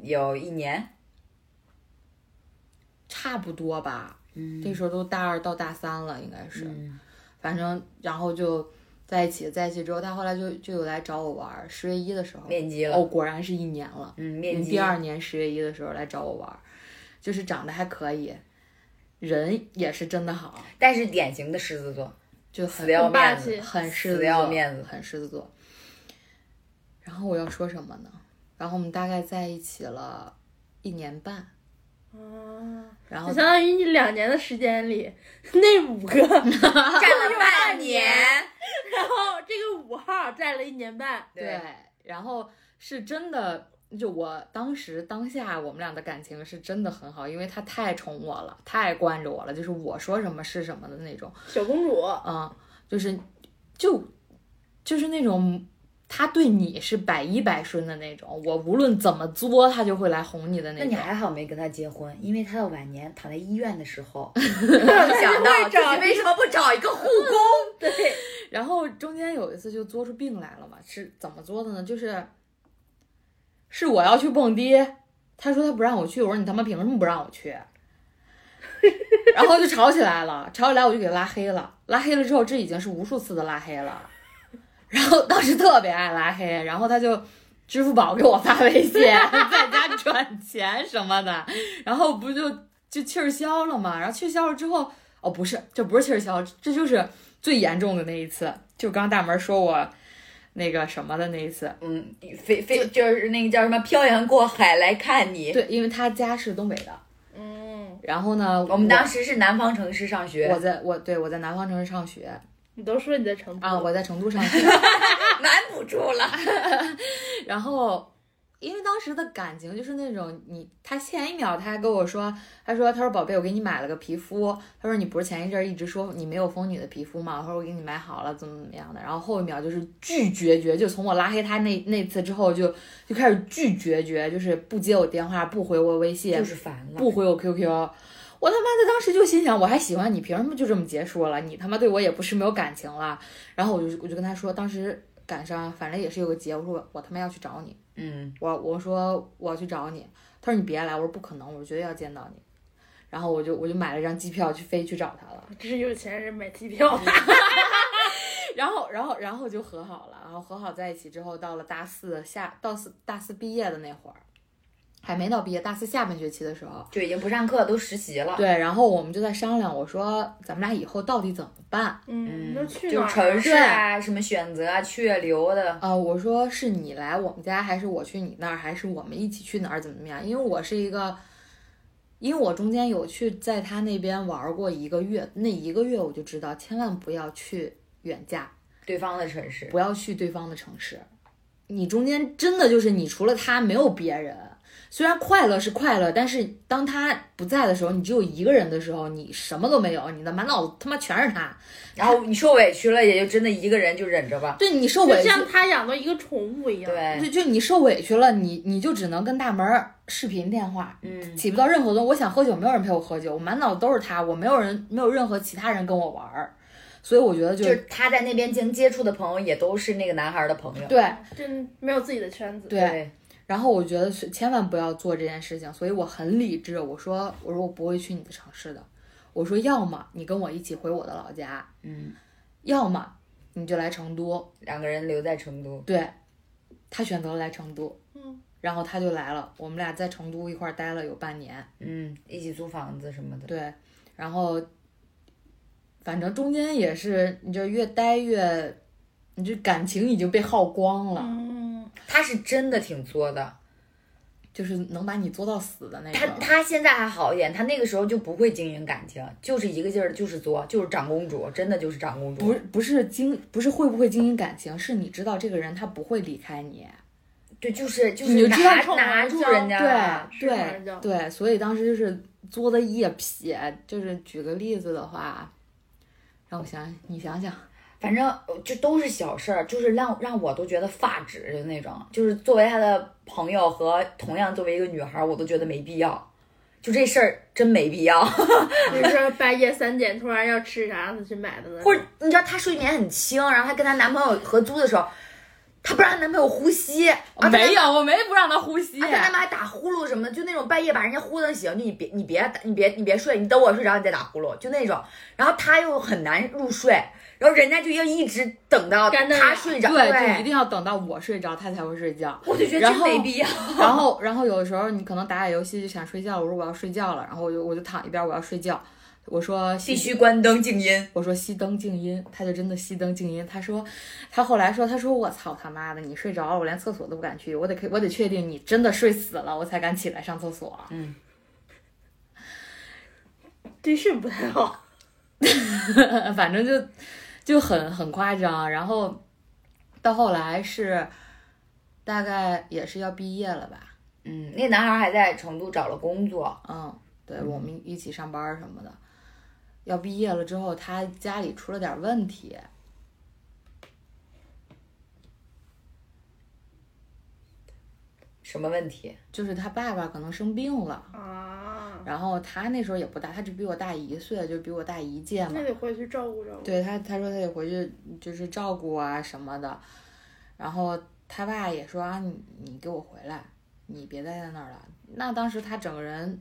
有一年。
差不多吧。嗯，这时候都大二到大三了，应该是，
嗯
反正然后就在一起，在一起之后，他后来就就有来找我玩儿，十月一的时候
面基了
哦，果然是一年了。
嗯，面基。
第二年十月一的时候来找我玩儿，就是长得还可以，人也是真的好，
但是典型的狮子座，
就
死
很
得要
霸
面
气
子，
很狮
死
子
得
座，
要面子
很狮子座。然后我要说什么呢？然后我们大概在一起了一年半，然后
就相当于你两年的时间里，那五个 占
占了
了
半
年， 然后这个五号占了一年半，
对，然后是真的，就我当时当下我们俩的感情是真的很好，因为他太宠我了，太惯着我了，就是我说什么是什么的那种。
小公主
嗯，就是就就是那种他对你是百依百顺的那种，我无论怎么作，他就会来哄你的那
那
种。
你还好没跟他结婚，因为他到晚年躺在医院的时 候，没想到 自己为什么不找一个护工？
然后中间有一次就作出病来了嘛，是怎么作的呢？就是是我要去蹦迪，他说他不让我去，我说你他妈凭什么不让我去？ 然后就吵起来了，吵起来我就给拉黑了，拉黑了之后，这已经是无数次的拉黑了。然后当时特别爱拉黑，然后他就支付宝给我发微信，在家转钱什么的，然后不就就气儿消了嘛？然后气儿消了之后，哦，不是，这不是气儿消，这就是最严重的那一次，就刚大门说我那个什么的那一次。
嗯，飞飞就是那个叫什么，漂洋过海来看你。
对，因为他家是东北的，
嗯，
然后呢，
我们当时是南方城市上学
我，在我对我在南方城市上学
你都说你在成都
啊，我在成都上学，
瞒不住了。
然后。因为当时的感情就是那种你，他前一秒他还跟我说，他说他说宝贝，我给你买了个皮肤，他说你不是前一阵儿一直说你没有疯女的皮肤吗？他说我给你买好了，怎么怎么样的。然后后一秒就是拒绝绝，就从我拉黑他那那次之后就就开始拒绝绝，就是不接我电话，不回我微信，
就是烦了，
不回我 QQ，我他妈的当时就心想，我还喜欢你，凭什么就这么结束了？你他妈对我也不是没有感情了。然后我就我就跟他说，当时赶上反正也是有个节，我说我他妈要去找你，
嗯，
我我说我要去找你，他说你别来，我说不可能，我绝对要见到你。然后我就我就买了张机票去飞去找他了。
这是有钱人买机票。
然后，然后，然后就和好了，然后和好在一起之后，到了大四下，到四大四毕业的那会儿，还没到毕业，大四下半学期的时候，
就已经不上课，都实习了。
对，然后我们就在商量，我说咱们俩以后到底怎么办？
嗯，那去哪
就
儿
城市啊，什么选择啊，去啊留的，
呃，我说是你来我们家，还是我去你那儿，还是我们一起去哪儿，怎么怎么样？因为我是一个，因为我中间有去在他那边玩过一个月，那一个月我就知道，千万不要去远嫁，
对方的城市。
不要去对方的城市。你中间真的就是你除了他没有别人。虽然快乐是快乐，但是当他不在的时候，你只有一个人的时候，你什么都没有，你的满脑子他妈全是他。
然后你受委屈了，也就真的一个人就忍着吧。
对你受
就
委屈，
像他养的一个宠物一样。，
对，
就就你受委屈了，你你就只能跟大门儿视频电话，
嗯，
起不到任何作用。我想喝酒，没有人陪我喝酒，我满脑子都是他，我没有人，没有任何其他人跟我玩儿，所以我觉得就
就是他在那边经接触的朋友也都是那个男孩的朋友。
对
真嗯没有自己的圈子。
对。然后我觉得是千万不要做这件事情，所以我很理智，我说我说我不会去你的城市的，我说要么你跟我一起回我的老家，
嗯，
要么你就来成都。
两个人留在成都，
对，他选择了来成都，
嗯，
然后他就来了，我们俩在成都一块儿待了有半年。
嗯，一起租房子什么的。
对，然后反正中间也是，你就越待越，你这感情已经被耗光了，
嗯，
他是真的挺作的，
就是能把你作到死的那
他
种。
他现在还好一点，他那个时候就不会经营感情，就是一个劲儿地就是作，就是长公主，真的就是长公主。
不是不是经不是会不会经营感情，是你知道这个人他不会离开你，
对，就是就
你
是
就知道
拿
宠
拿
儿
住
叫
人家了。
是这
对
样叫
对，所以当时就是作的一撇。就是举个例子的话，让我想想，你想想，
反正呃就都是小事儿，就是让让我都觉得发指的那种。就是作为他的朋友和同样作为一个女孩儿，我都觉得没必要。就这事儿真没必要，
就是半夜三点突然要吃啥，他去买的呢。
或者你知道她睡眠很轻，然后她跟她男朋友合租的时候，她不让她男朋友呼吸，啊
哦没有，我没不让他呼吸
而。且他们还打呼噜什么的，就那种半夜把人家呼的醒，就你别你别你别你别睡，你等我睡着你再打呼噜，就那种。然后他又很难入睡，然后人家就要一直等到
干瞪眼
他睡着，
对，就一定要等到我睡着，他才会睡觉。
我就觉得
然
真
后
没必要。
然后，然后有的时候你可能打打游戏就想睡觉，我说我要睡觉了，然后我就我就躺一边，我要睡觉。我说
必
必
须，关灯静音，
我说熄灯静音，他就真的熄灯静音。他说，他后来说，他说我操他妈的，你睡着了，我连厕所都不敢去，我得我得确定你真的睡死了，我才敢起来上厕所。
嗯
真是不太 好。
反正就就很很夸张。然后到后来是大概也是要毕业了吧，
嗯，那男孩还在成都找了工作，
嗯，对，我们一起上班儿什么的。要毕业了之后，他家里出了点儿问题。
什么问题？
就是他爸爸可能生病了，
啊，
然后他那时候也不大，他只比我大一岁，就比我大一届嘛
那。得回去照顾照顾。
对他，他说他得回去就是照顾啊什么的，然后他爸也说啊，你你给我回来，你别待在那儿了。那当时他整个人，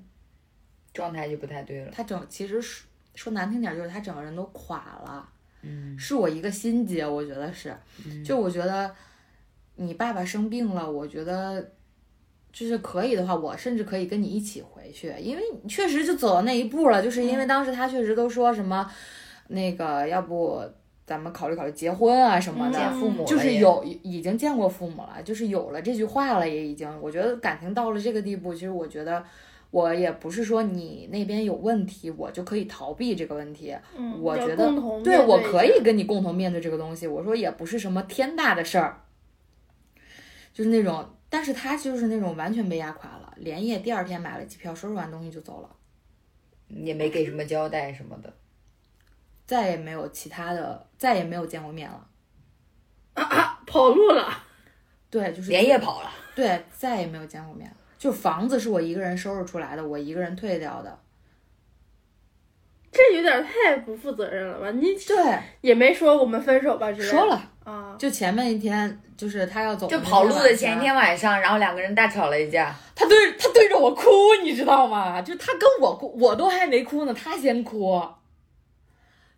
状态就不太对了。
他整其实说说难听点儿，就是他整个人都垮了。
嗯，
是我一个心结，我觉得是，就我觉得你爸爸生病了，我觉得就是可以的话，我甚至可以跟你一起回去，因为你确实就走到那一步了，就是因为当时他确实都说什么，那个要不咱们考虑考虑结婚啊什么的，
见父母了
就是
也
有已经见过父母了，就是有了这句话了，也已经，我觉得感情到了这个地步，其实我觉得我也不是说你那边有问题，我就可以逃避这个问题，
嗯，
我
要
觉得
共同
对
面
我
一
可
下
以跟你共同面对这个东西。我说也不是什么天大的事儿，就是那种，但是他就是那种完全被压垮了，连夜第二天买了机票，收拾完东西就走了，
也没给什么交代什么的。
再也没有其他的，再也没有见过面了。
跑路了。
对，就是
连夜跑了，
对，再也没有见过面了。就房子是我一个人收拾出来的，我一个人退掉的，
这有点太不负责任了吧？你
对，
也没说我们分手吧之类的。
说了，
啊，
就前面一天，就是他要走，
就跑路的前一天，晚
哦
上，然后两个人大吵了一架。
他对他对着我哭，你知道吗？就他跟我哭，我都还没哭呢，他先哭，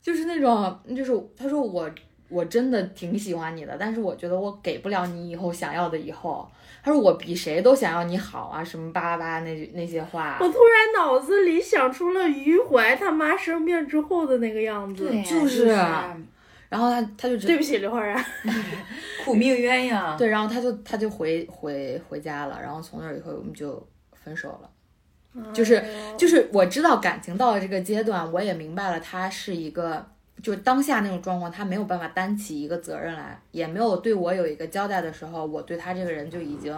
就是那种，就是他说我我真的挺喜欢你的，但是我觉得我给不了你以后想要的以后。他说我比谁都想要你好啊，什么巴拉巴拉那句那些话，
我突然脑子里想出了于怀他妈生病之后的那个样子。
对呀，
就是啊
是
然后他他就直
对不起，刘昊然。
苦命鸳鸯。
对，然后他就他就回回回家了，然后从那儿以后我们就分手了。就是就是我知道感情到了这个阶段，我也明白了，他是一个就是当下那种状况，他没有办法担起一个责任来，也没有对我有一个交代的时候，我对他这个人就已经，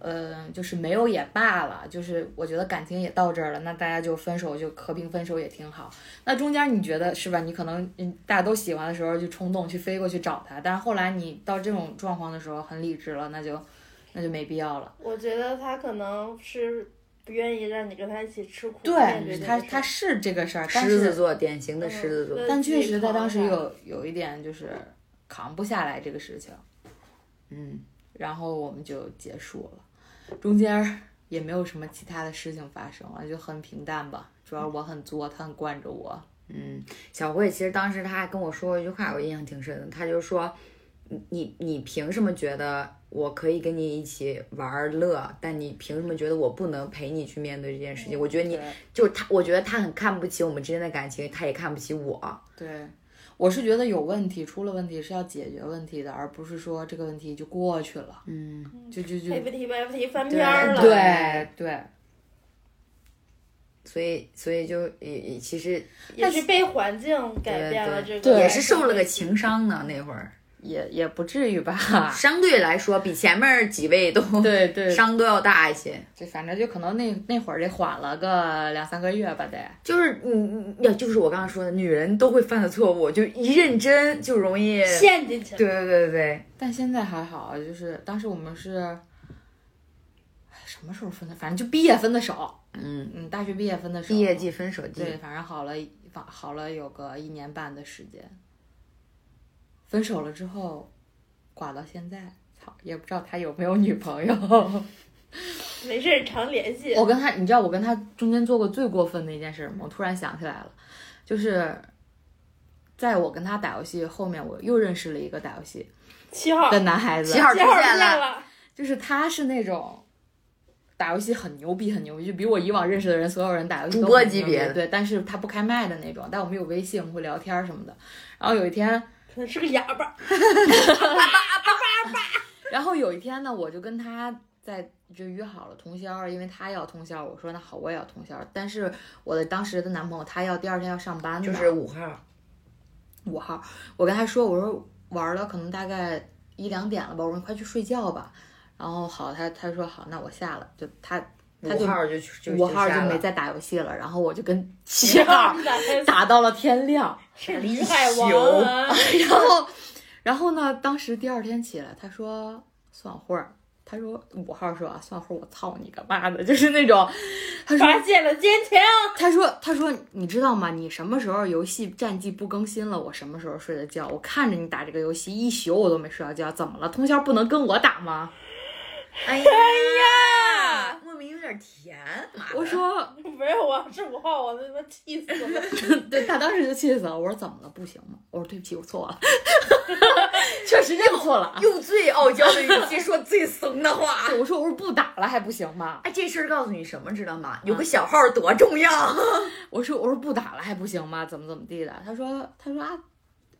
呃，就是没有也罢了，就是我觉得感情也到这儿了，那大家就分手，就和平分手也挺好。那中间你觉得是吧？你可能嗯大家都喜欢的时候就冲动去飞过去找他，但是后来你到这种状况的时候很理智了，那就那就没必要了。
我觉得他可能是不愿意让你跟他一起吃苦。面
对
这
他，
个事
他是这个事儿，但
狮子
是
座，典型的狮子座。
嗯
但确实他当时
自己
有有一点就是扛不下来这个事情，
嗯，
然后我们就结束了，中间儿也没有什么其他的事情发生了，就很平淡吧。主要我很作，他很惯着我，
嗯，小慧其实当时她还跟我说过一句话，我印象挺深的。她就说：“你你你凭什么觉得我可以跟你一起玩儿乐，但你凭什么觉得我不能陪你去面对这件事情？”我觉得你
嗯对
就是她，我觉得她很看不起我们之间的感情，她也看不起我。
对，我是觉得有问题，出了问题是要解决问题的，而不是说这个问题就过去了，
嗯，
就就就
情 FT 吧 FT 翻
对
篇儿了。
对对，
所以所以就也也其实
也是被环境改变了这
对
个，
也是受了个情伤呢。那会儿
也也不至于吧。
相对来说，比前面几位都
对对，
伤都要大一些。
这反正就可能那那会儿得缓了个两三个月吧，得。
就是你你呀，就是我刚刚说的，女人都会犯的错误，就一认真就容易。
陷进去了。
对对对对，
但现在还好，啊就是当时我们是，哎什么时候分的？反正就毕业分的手，
嗯，
嗯，大学毕业分的手，
毕业季、嗯分手
对，
季，
反正好了，反好了有个一年半的时间。分手了之后，寡到现在，操，也不知道他有没有女朋友。
没事儿，常联系。
我跟他，你知道我跟他中间做过最过分的一件事吗？我突然想起来了，就是在我跟他打游戏后面，我又认识了一个打游戏
七号，
的男孩子，
七号出
七号出
现
现
了，
了，
就是他是那种打游戏很牛逼，很牛逼，就比我以往认识的人所有人打游戏都
主播
很
级
牛逼
别的
对，但是他不开麦的那种，但我们有微信，我们会聊天什么的。然后有一天，
可能是个哑巴。
然后有一天呢，我就跟他在就约好了通宵，因为他要通宵，我说那好，我也要通宵。但是我的当时的男朋友他要第二天要上班的，
就是五号，
五号，我跟他说，我说玩了可能大概一两点了吧，我说你快去睡觉吧。然后好，他他说好，那我下了，就他他就
五号就去就
五号就
下了
没再打游戏了，然后我就跟七
啊
号
哎
打到了天亮，
是李海王啊，
然后，然后呢，当时第二天起来，他说算会儿，他说五号说啊算会儿，我操你个妈的，就是那种，他说
发现了奸情。
他说：“他说，你知道吗？你什么时候游戏战绩不更新了，我什么时候睡的觉？我看着你打这个游戏一宿，我都没睡着觉。怎么了？通宵不能跟我打吗
哎
哎
呀，莫名有点甜，？”
我说
不是，我要是五号，我他妈气死了。：“
对，他当时就气死了。”我说：“怎么了？不行吗？”我说：“对不起，我错了， 确实认错了啊。
用最傲娇的语气说最怂的话。”
我说：“我说不打了还不行吗
哎，这事儿告诉你什么，知道吗？有个小号多重要。？”
我说：“我说不打了还不行吗？怎么怎么地的？”他说：“他说啊。”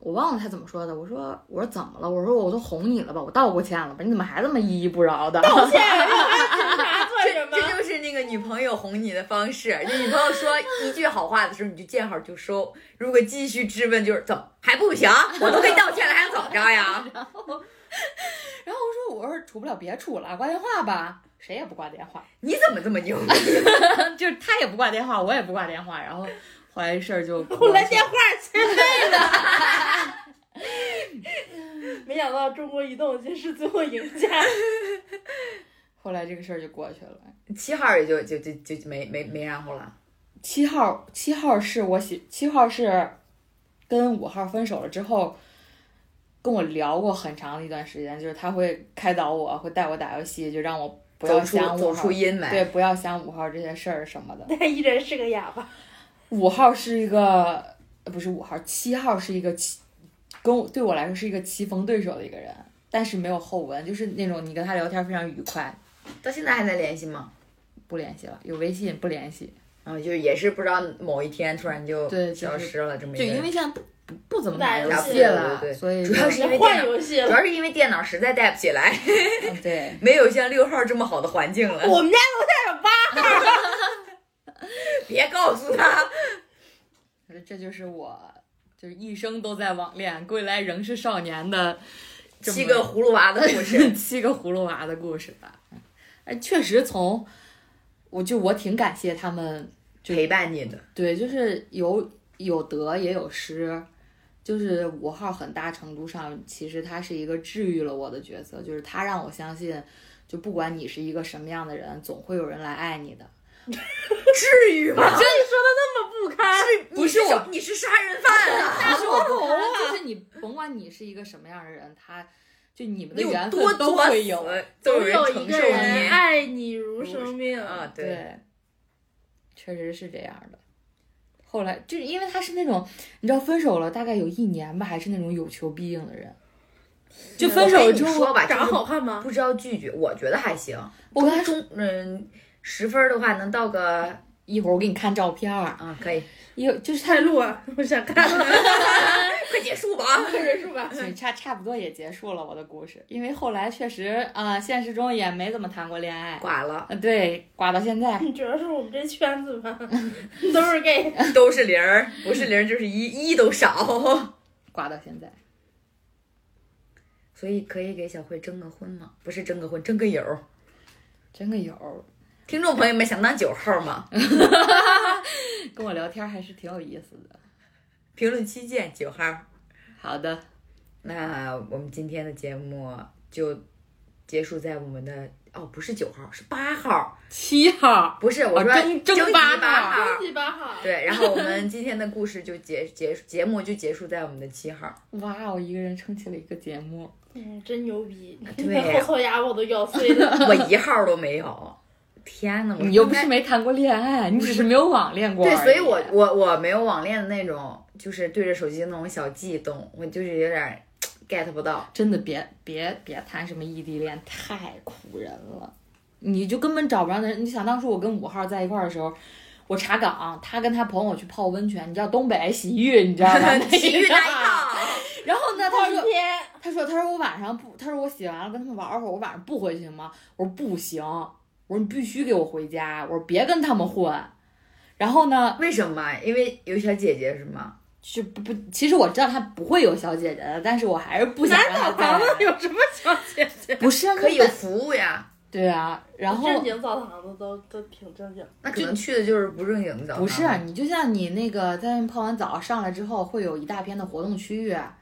我忘了他怎么说的，我说我说怎么了？我说我都哄你了吧，我道过歉了吧？你怎么还这么依依不饶的？
道 歉，警察做什
这
么？
就是那个女朋友哄你的方式。就女朋友说一句好话的时候，你就见好就收；如果继续质问，就是怎么还不行？我都跟你道歉了，还想怎么着呀？
然后我说我说处不了别处了，挂电话吧，谁也不挂电话，
你怎么这么牛逼？
嗯就是他也不挂电话，我也不挂电话，然后后来事儿就
我来电话签费的。没想到中国移动竟是最后赢家，
后来这个事儿就过去了。
七号也就就就就没没没然后了。
七号七号是我喜七号是跟五号分手了之后，跟我聊过很长的一段时间，就是他会开导我，会带我打游戏，就让我不
走
要
出
想五
走
号
出，阴霾。
对，不要想五号这些事儿什么的。
他依然是个哑巴。
五号是一个，呃不是五号，七号是一个棋，跟我对我来说是一个棋逢对手的一个人，但是没有后文，就是那种你跟他聊天非常愉快，
到现在还在联系吗？
不联系了，有微信不联系，
然后就是也是不知道某一天突然就
对就是
消失了，这么一
就
个人
因为现在不不不怎么打游
打不
戏
了
了，
对对对
所以
主要是因为电
换
脑，
游戏
主
了。
要是因为电脑实在带不起来，
嗯对。
没有像六号这么好的环境了。
我们家楼下有八，
别告诉他，
可是这就是我，就是一生都在网恋，归来仍是少 年的这么，
七个葫芦娃的故事
七个葫芦娃的故事吧。哎，确实从，我就我挺感谢他们， 就
陪伴你的。
对，就是有有得也有失。就是五号很大程度上，其实他是一个治愈了我的角色，就是他让我相信，就不管你是一个什么样的人，总会有人来爱你的。
至于吗？
这你说的那么不堪，
不是我
小，你是杀人犯啊！
但是我 不看，就是你甭管你是一个什么样的人，他就你们的
你有
缘
多
分都会
作
有。
死，
总
有人
有
承
一个
受你
人爱你如生命。
啊！
啊对，
对，
确实是这样的。后来就是因为他是那种，你知道，分手了大概有一年吧，还是那种有求必应的人。就分
我
手
跟你
之
说
后，
吧，
长
就
得
是
好看吗？
不知道拒绝，我觉得还行。
我跟他说
中嗯十分儿的话能到个
一会儿我给你看照片儿，
啊 可以，
一会儿就是他
太录啊，我想看了，
快结 束吧啊！
结束吧。
对，差差不多也结束了我的故事，因为后来确实啊、现实中也没怎么谈过恋 爱。
挂了，
呃对，挂到现在，
主要是我们这圈子吧，都是 gay。
都是零儿，不是零儿就是一，一都少。
挂到现在，
所以可以给小慧征个婚吗？不是征个婚，征个友儿。
真个有。
听众朋友们，想当九号吗？
跟我聊天还是挺有意思的。
评论区见，九号。
好的，
那我们今天的节目就结束在我们的哦，不是九号，是八号，
七号，
不是我说
征征
集
哦八
八
号
号。
第八号，
对，然后我们今天的故事就结结节目就结束在我们的七号。
哇，我一个人撑起了一个节目，
嗯，真牛逼！
对
后槽牙我都咬碎了。
我一号都没有。天呐，我
你又
应
不是
该
没谈过恋爱，你只是没有网恋过而
对，
已。
所以我我我没有网恋的那种，就是对着手机那种小悸动，我就是有点 get 不 到。
真的别别别谈什么异地恋，太苦人了，你就根本找不着人。你想当初我跟五号在一块儿的时候。我查岗，他跟他朋友去泡温泉，你知道东北洗浴，你知道 吗？
体育那一
套。
套，
然后呢，他说
今天
他说：“他说我晚上不，他说我洗完了跟他们玩会儿，我晚上不回去行吗？”我说：“不行。”我说：“你必须给我回家。”我说：“别跟他们混。”然后呢，
为什么？因为有小姐姐是吗？
就不不，其实我知道他不会有小姐姐的，但是我还是不想让他
咱们
在。
有什么小姐姐？
不是啊
可以有服务呀。
对啊，然后
正经澡堂子都都挺正经。
那可能去的就是不正经的澡堂
不是啊你就像你那个在外面泡完澡上来之后，会有一大片的活动区域，啊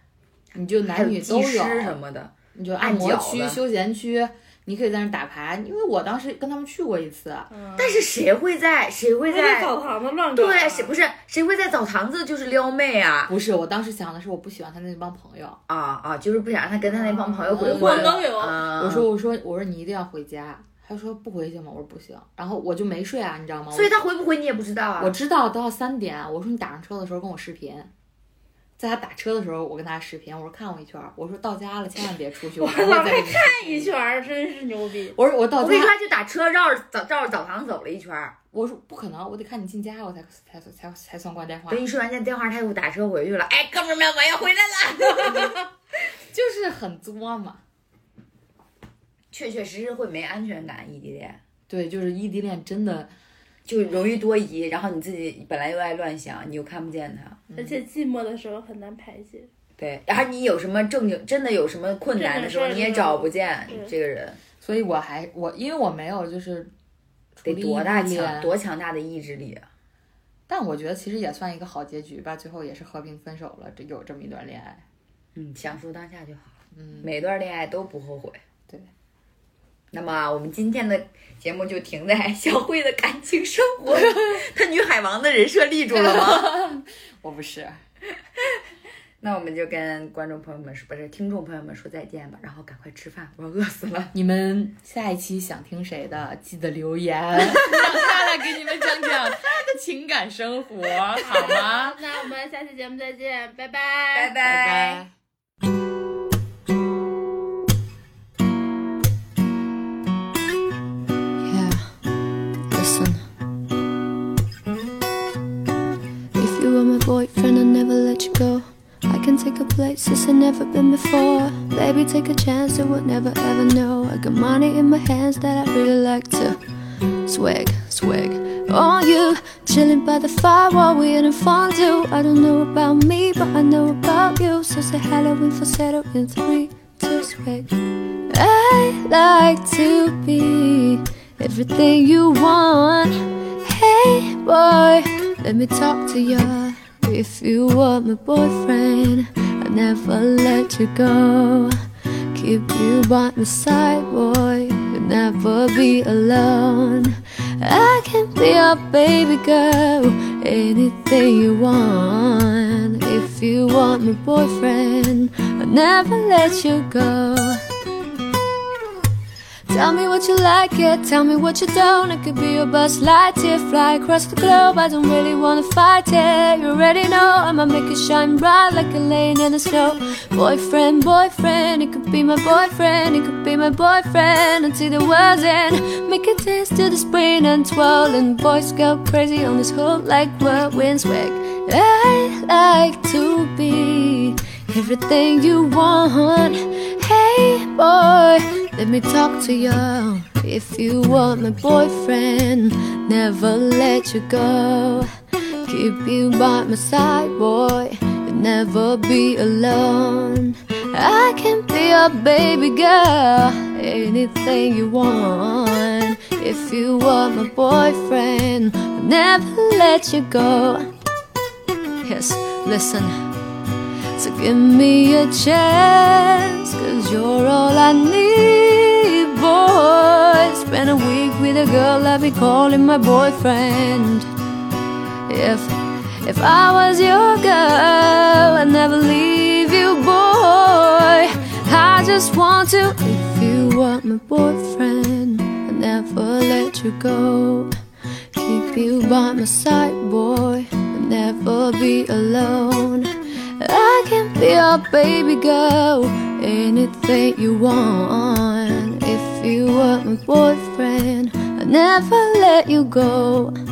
你就
还
男
有
女
技
都
师
有，
什么的。
你就按摩
按脚
区、
的
休闲区，你可以在那儿打牌。因为我当时跟他们去过一次，啊
但是谁会在谁会
我在
在
澡堂子乱搞啊。
对谁不是谁会在澡堂子就是撩妹啊
不是，我当时想的是我不喜欢他那帮朋友。
啊啊！就是不想让他跟他那帮朋友鬼
嗯
混。
我都有
啊
我说我说我说你一定要回家，他说不回去吗？我说不行，然后我就没睡啊，你知道吗？
所以他回不回你也不知道啊。
我我知道都要三点，我说你打上车的时候跟我视频。在他打车的时候，我跟他视频，我说看我一圈儿，我说到家了千万别出去，我还会
我
再
还
跟你看
看一。圈儿，真是牛逼。
我说我到
我
家
跟你，说，他就打车绕着澡绕着澡堂走了一圈儿。
我说不可能，我得看你进家，我才才才才算挂电话
等。你说完这电话，他又打车回去了。哎，哥们儿们，我要回来了。
就是很作嘛，
确确实实会没安全感，异地恋
对，就是异地恋真的
就容易多疑，然后你自己本来又爱乱想，你又看不见他。
而且
嗯
寂寞的时候很难排解。
对，然后你有什么正经，真的有什么困难的时候，
正
你
经事儿
也找不见
对
这个人，
所以我还我因为我没有就是
得
处理
多大
异地
强
恋
多强大的意志力啊！
但我觉得其实也算一个好结局吧，最后也是和平分手了，这有这么一段恋爱。
嗯，享受当下就好了。
嗯，
每段恋爱都不后悔。
对，
那么我们今天的节目就停在小慧的感情生活，她女海王的人设立住了 吗？
我不是。
那我们就跟观众朋友们说，不是听众朋友们说再见吧，然后赶快吃饭，我饿死了。
你们下一期想听谁的，记得 留言，让他来给你们讲讲他的情感生活，好吗？
那我们下期节目再见，拜
拜
拜，
拜。
Yeah, listen. If you were my boyfriend, I'd never let you go. I can take a places I've never been before. Baby, take a chance that we'll never ever know. I got money in my hands that I really like to swag, swag. On you, chilling by the fire while we in a fondue. I don't know about me, but I know about you. So say Halloween falsetto in three, two, swag. I like to be everything you want. Hey, boy, let me talk to ya. If you were my boyfriend, I'd never let you go. Keep you by my side, boy. You'll never be alone. I can be your baby girl, anything you want. If you want my boyfriend, I'll never let you go. Tell me what you like, yeah, tell me what you don't. I could be your best light, yeah, fly across the globe. I don't really wanna fight, yeah. You already know I'ma make it shine bright like a lane in the snow. Boyfriend, boyfriend, it could be my boyfriend, it could be my boyfriend until the world's end. Make it dance to the spring and twirl, and boys go crazy on this whole like whirlwind swag. I like to be everything you want. Hey boy, let me talk to you. If you want my boyfriend, never let you go. Keep you by my side, boy. You'll never be alone. I can be your baby girl, anything you want. If you want my boyfriend, I'll never let you go. Yes, listen. So give me a chance, cause you're all I need, boy. Spend a week with a girl I'd be calling my boyfriend. If if I was your girl, I'd never leave you, boy. I just want to, if you were my boyfriend, I'd never let you go. Keep you by my side, boy. I'll never be alone. I can be your baby girl, anything you want. If you were my boyfriend, I'd never let you go.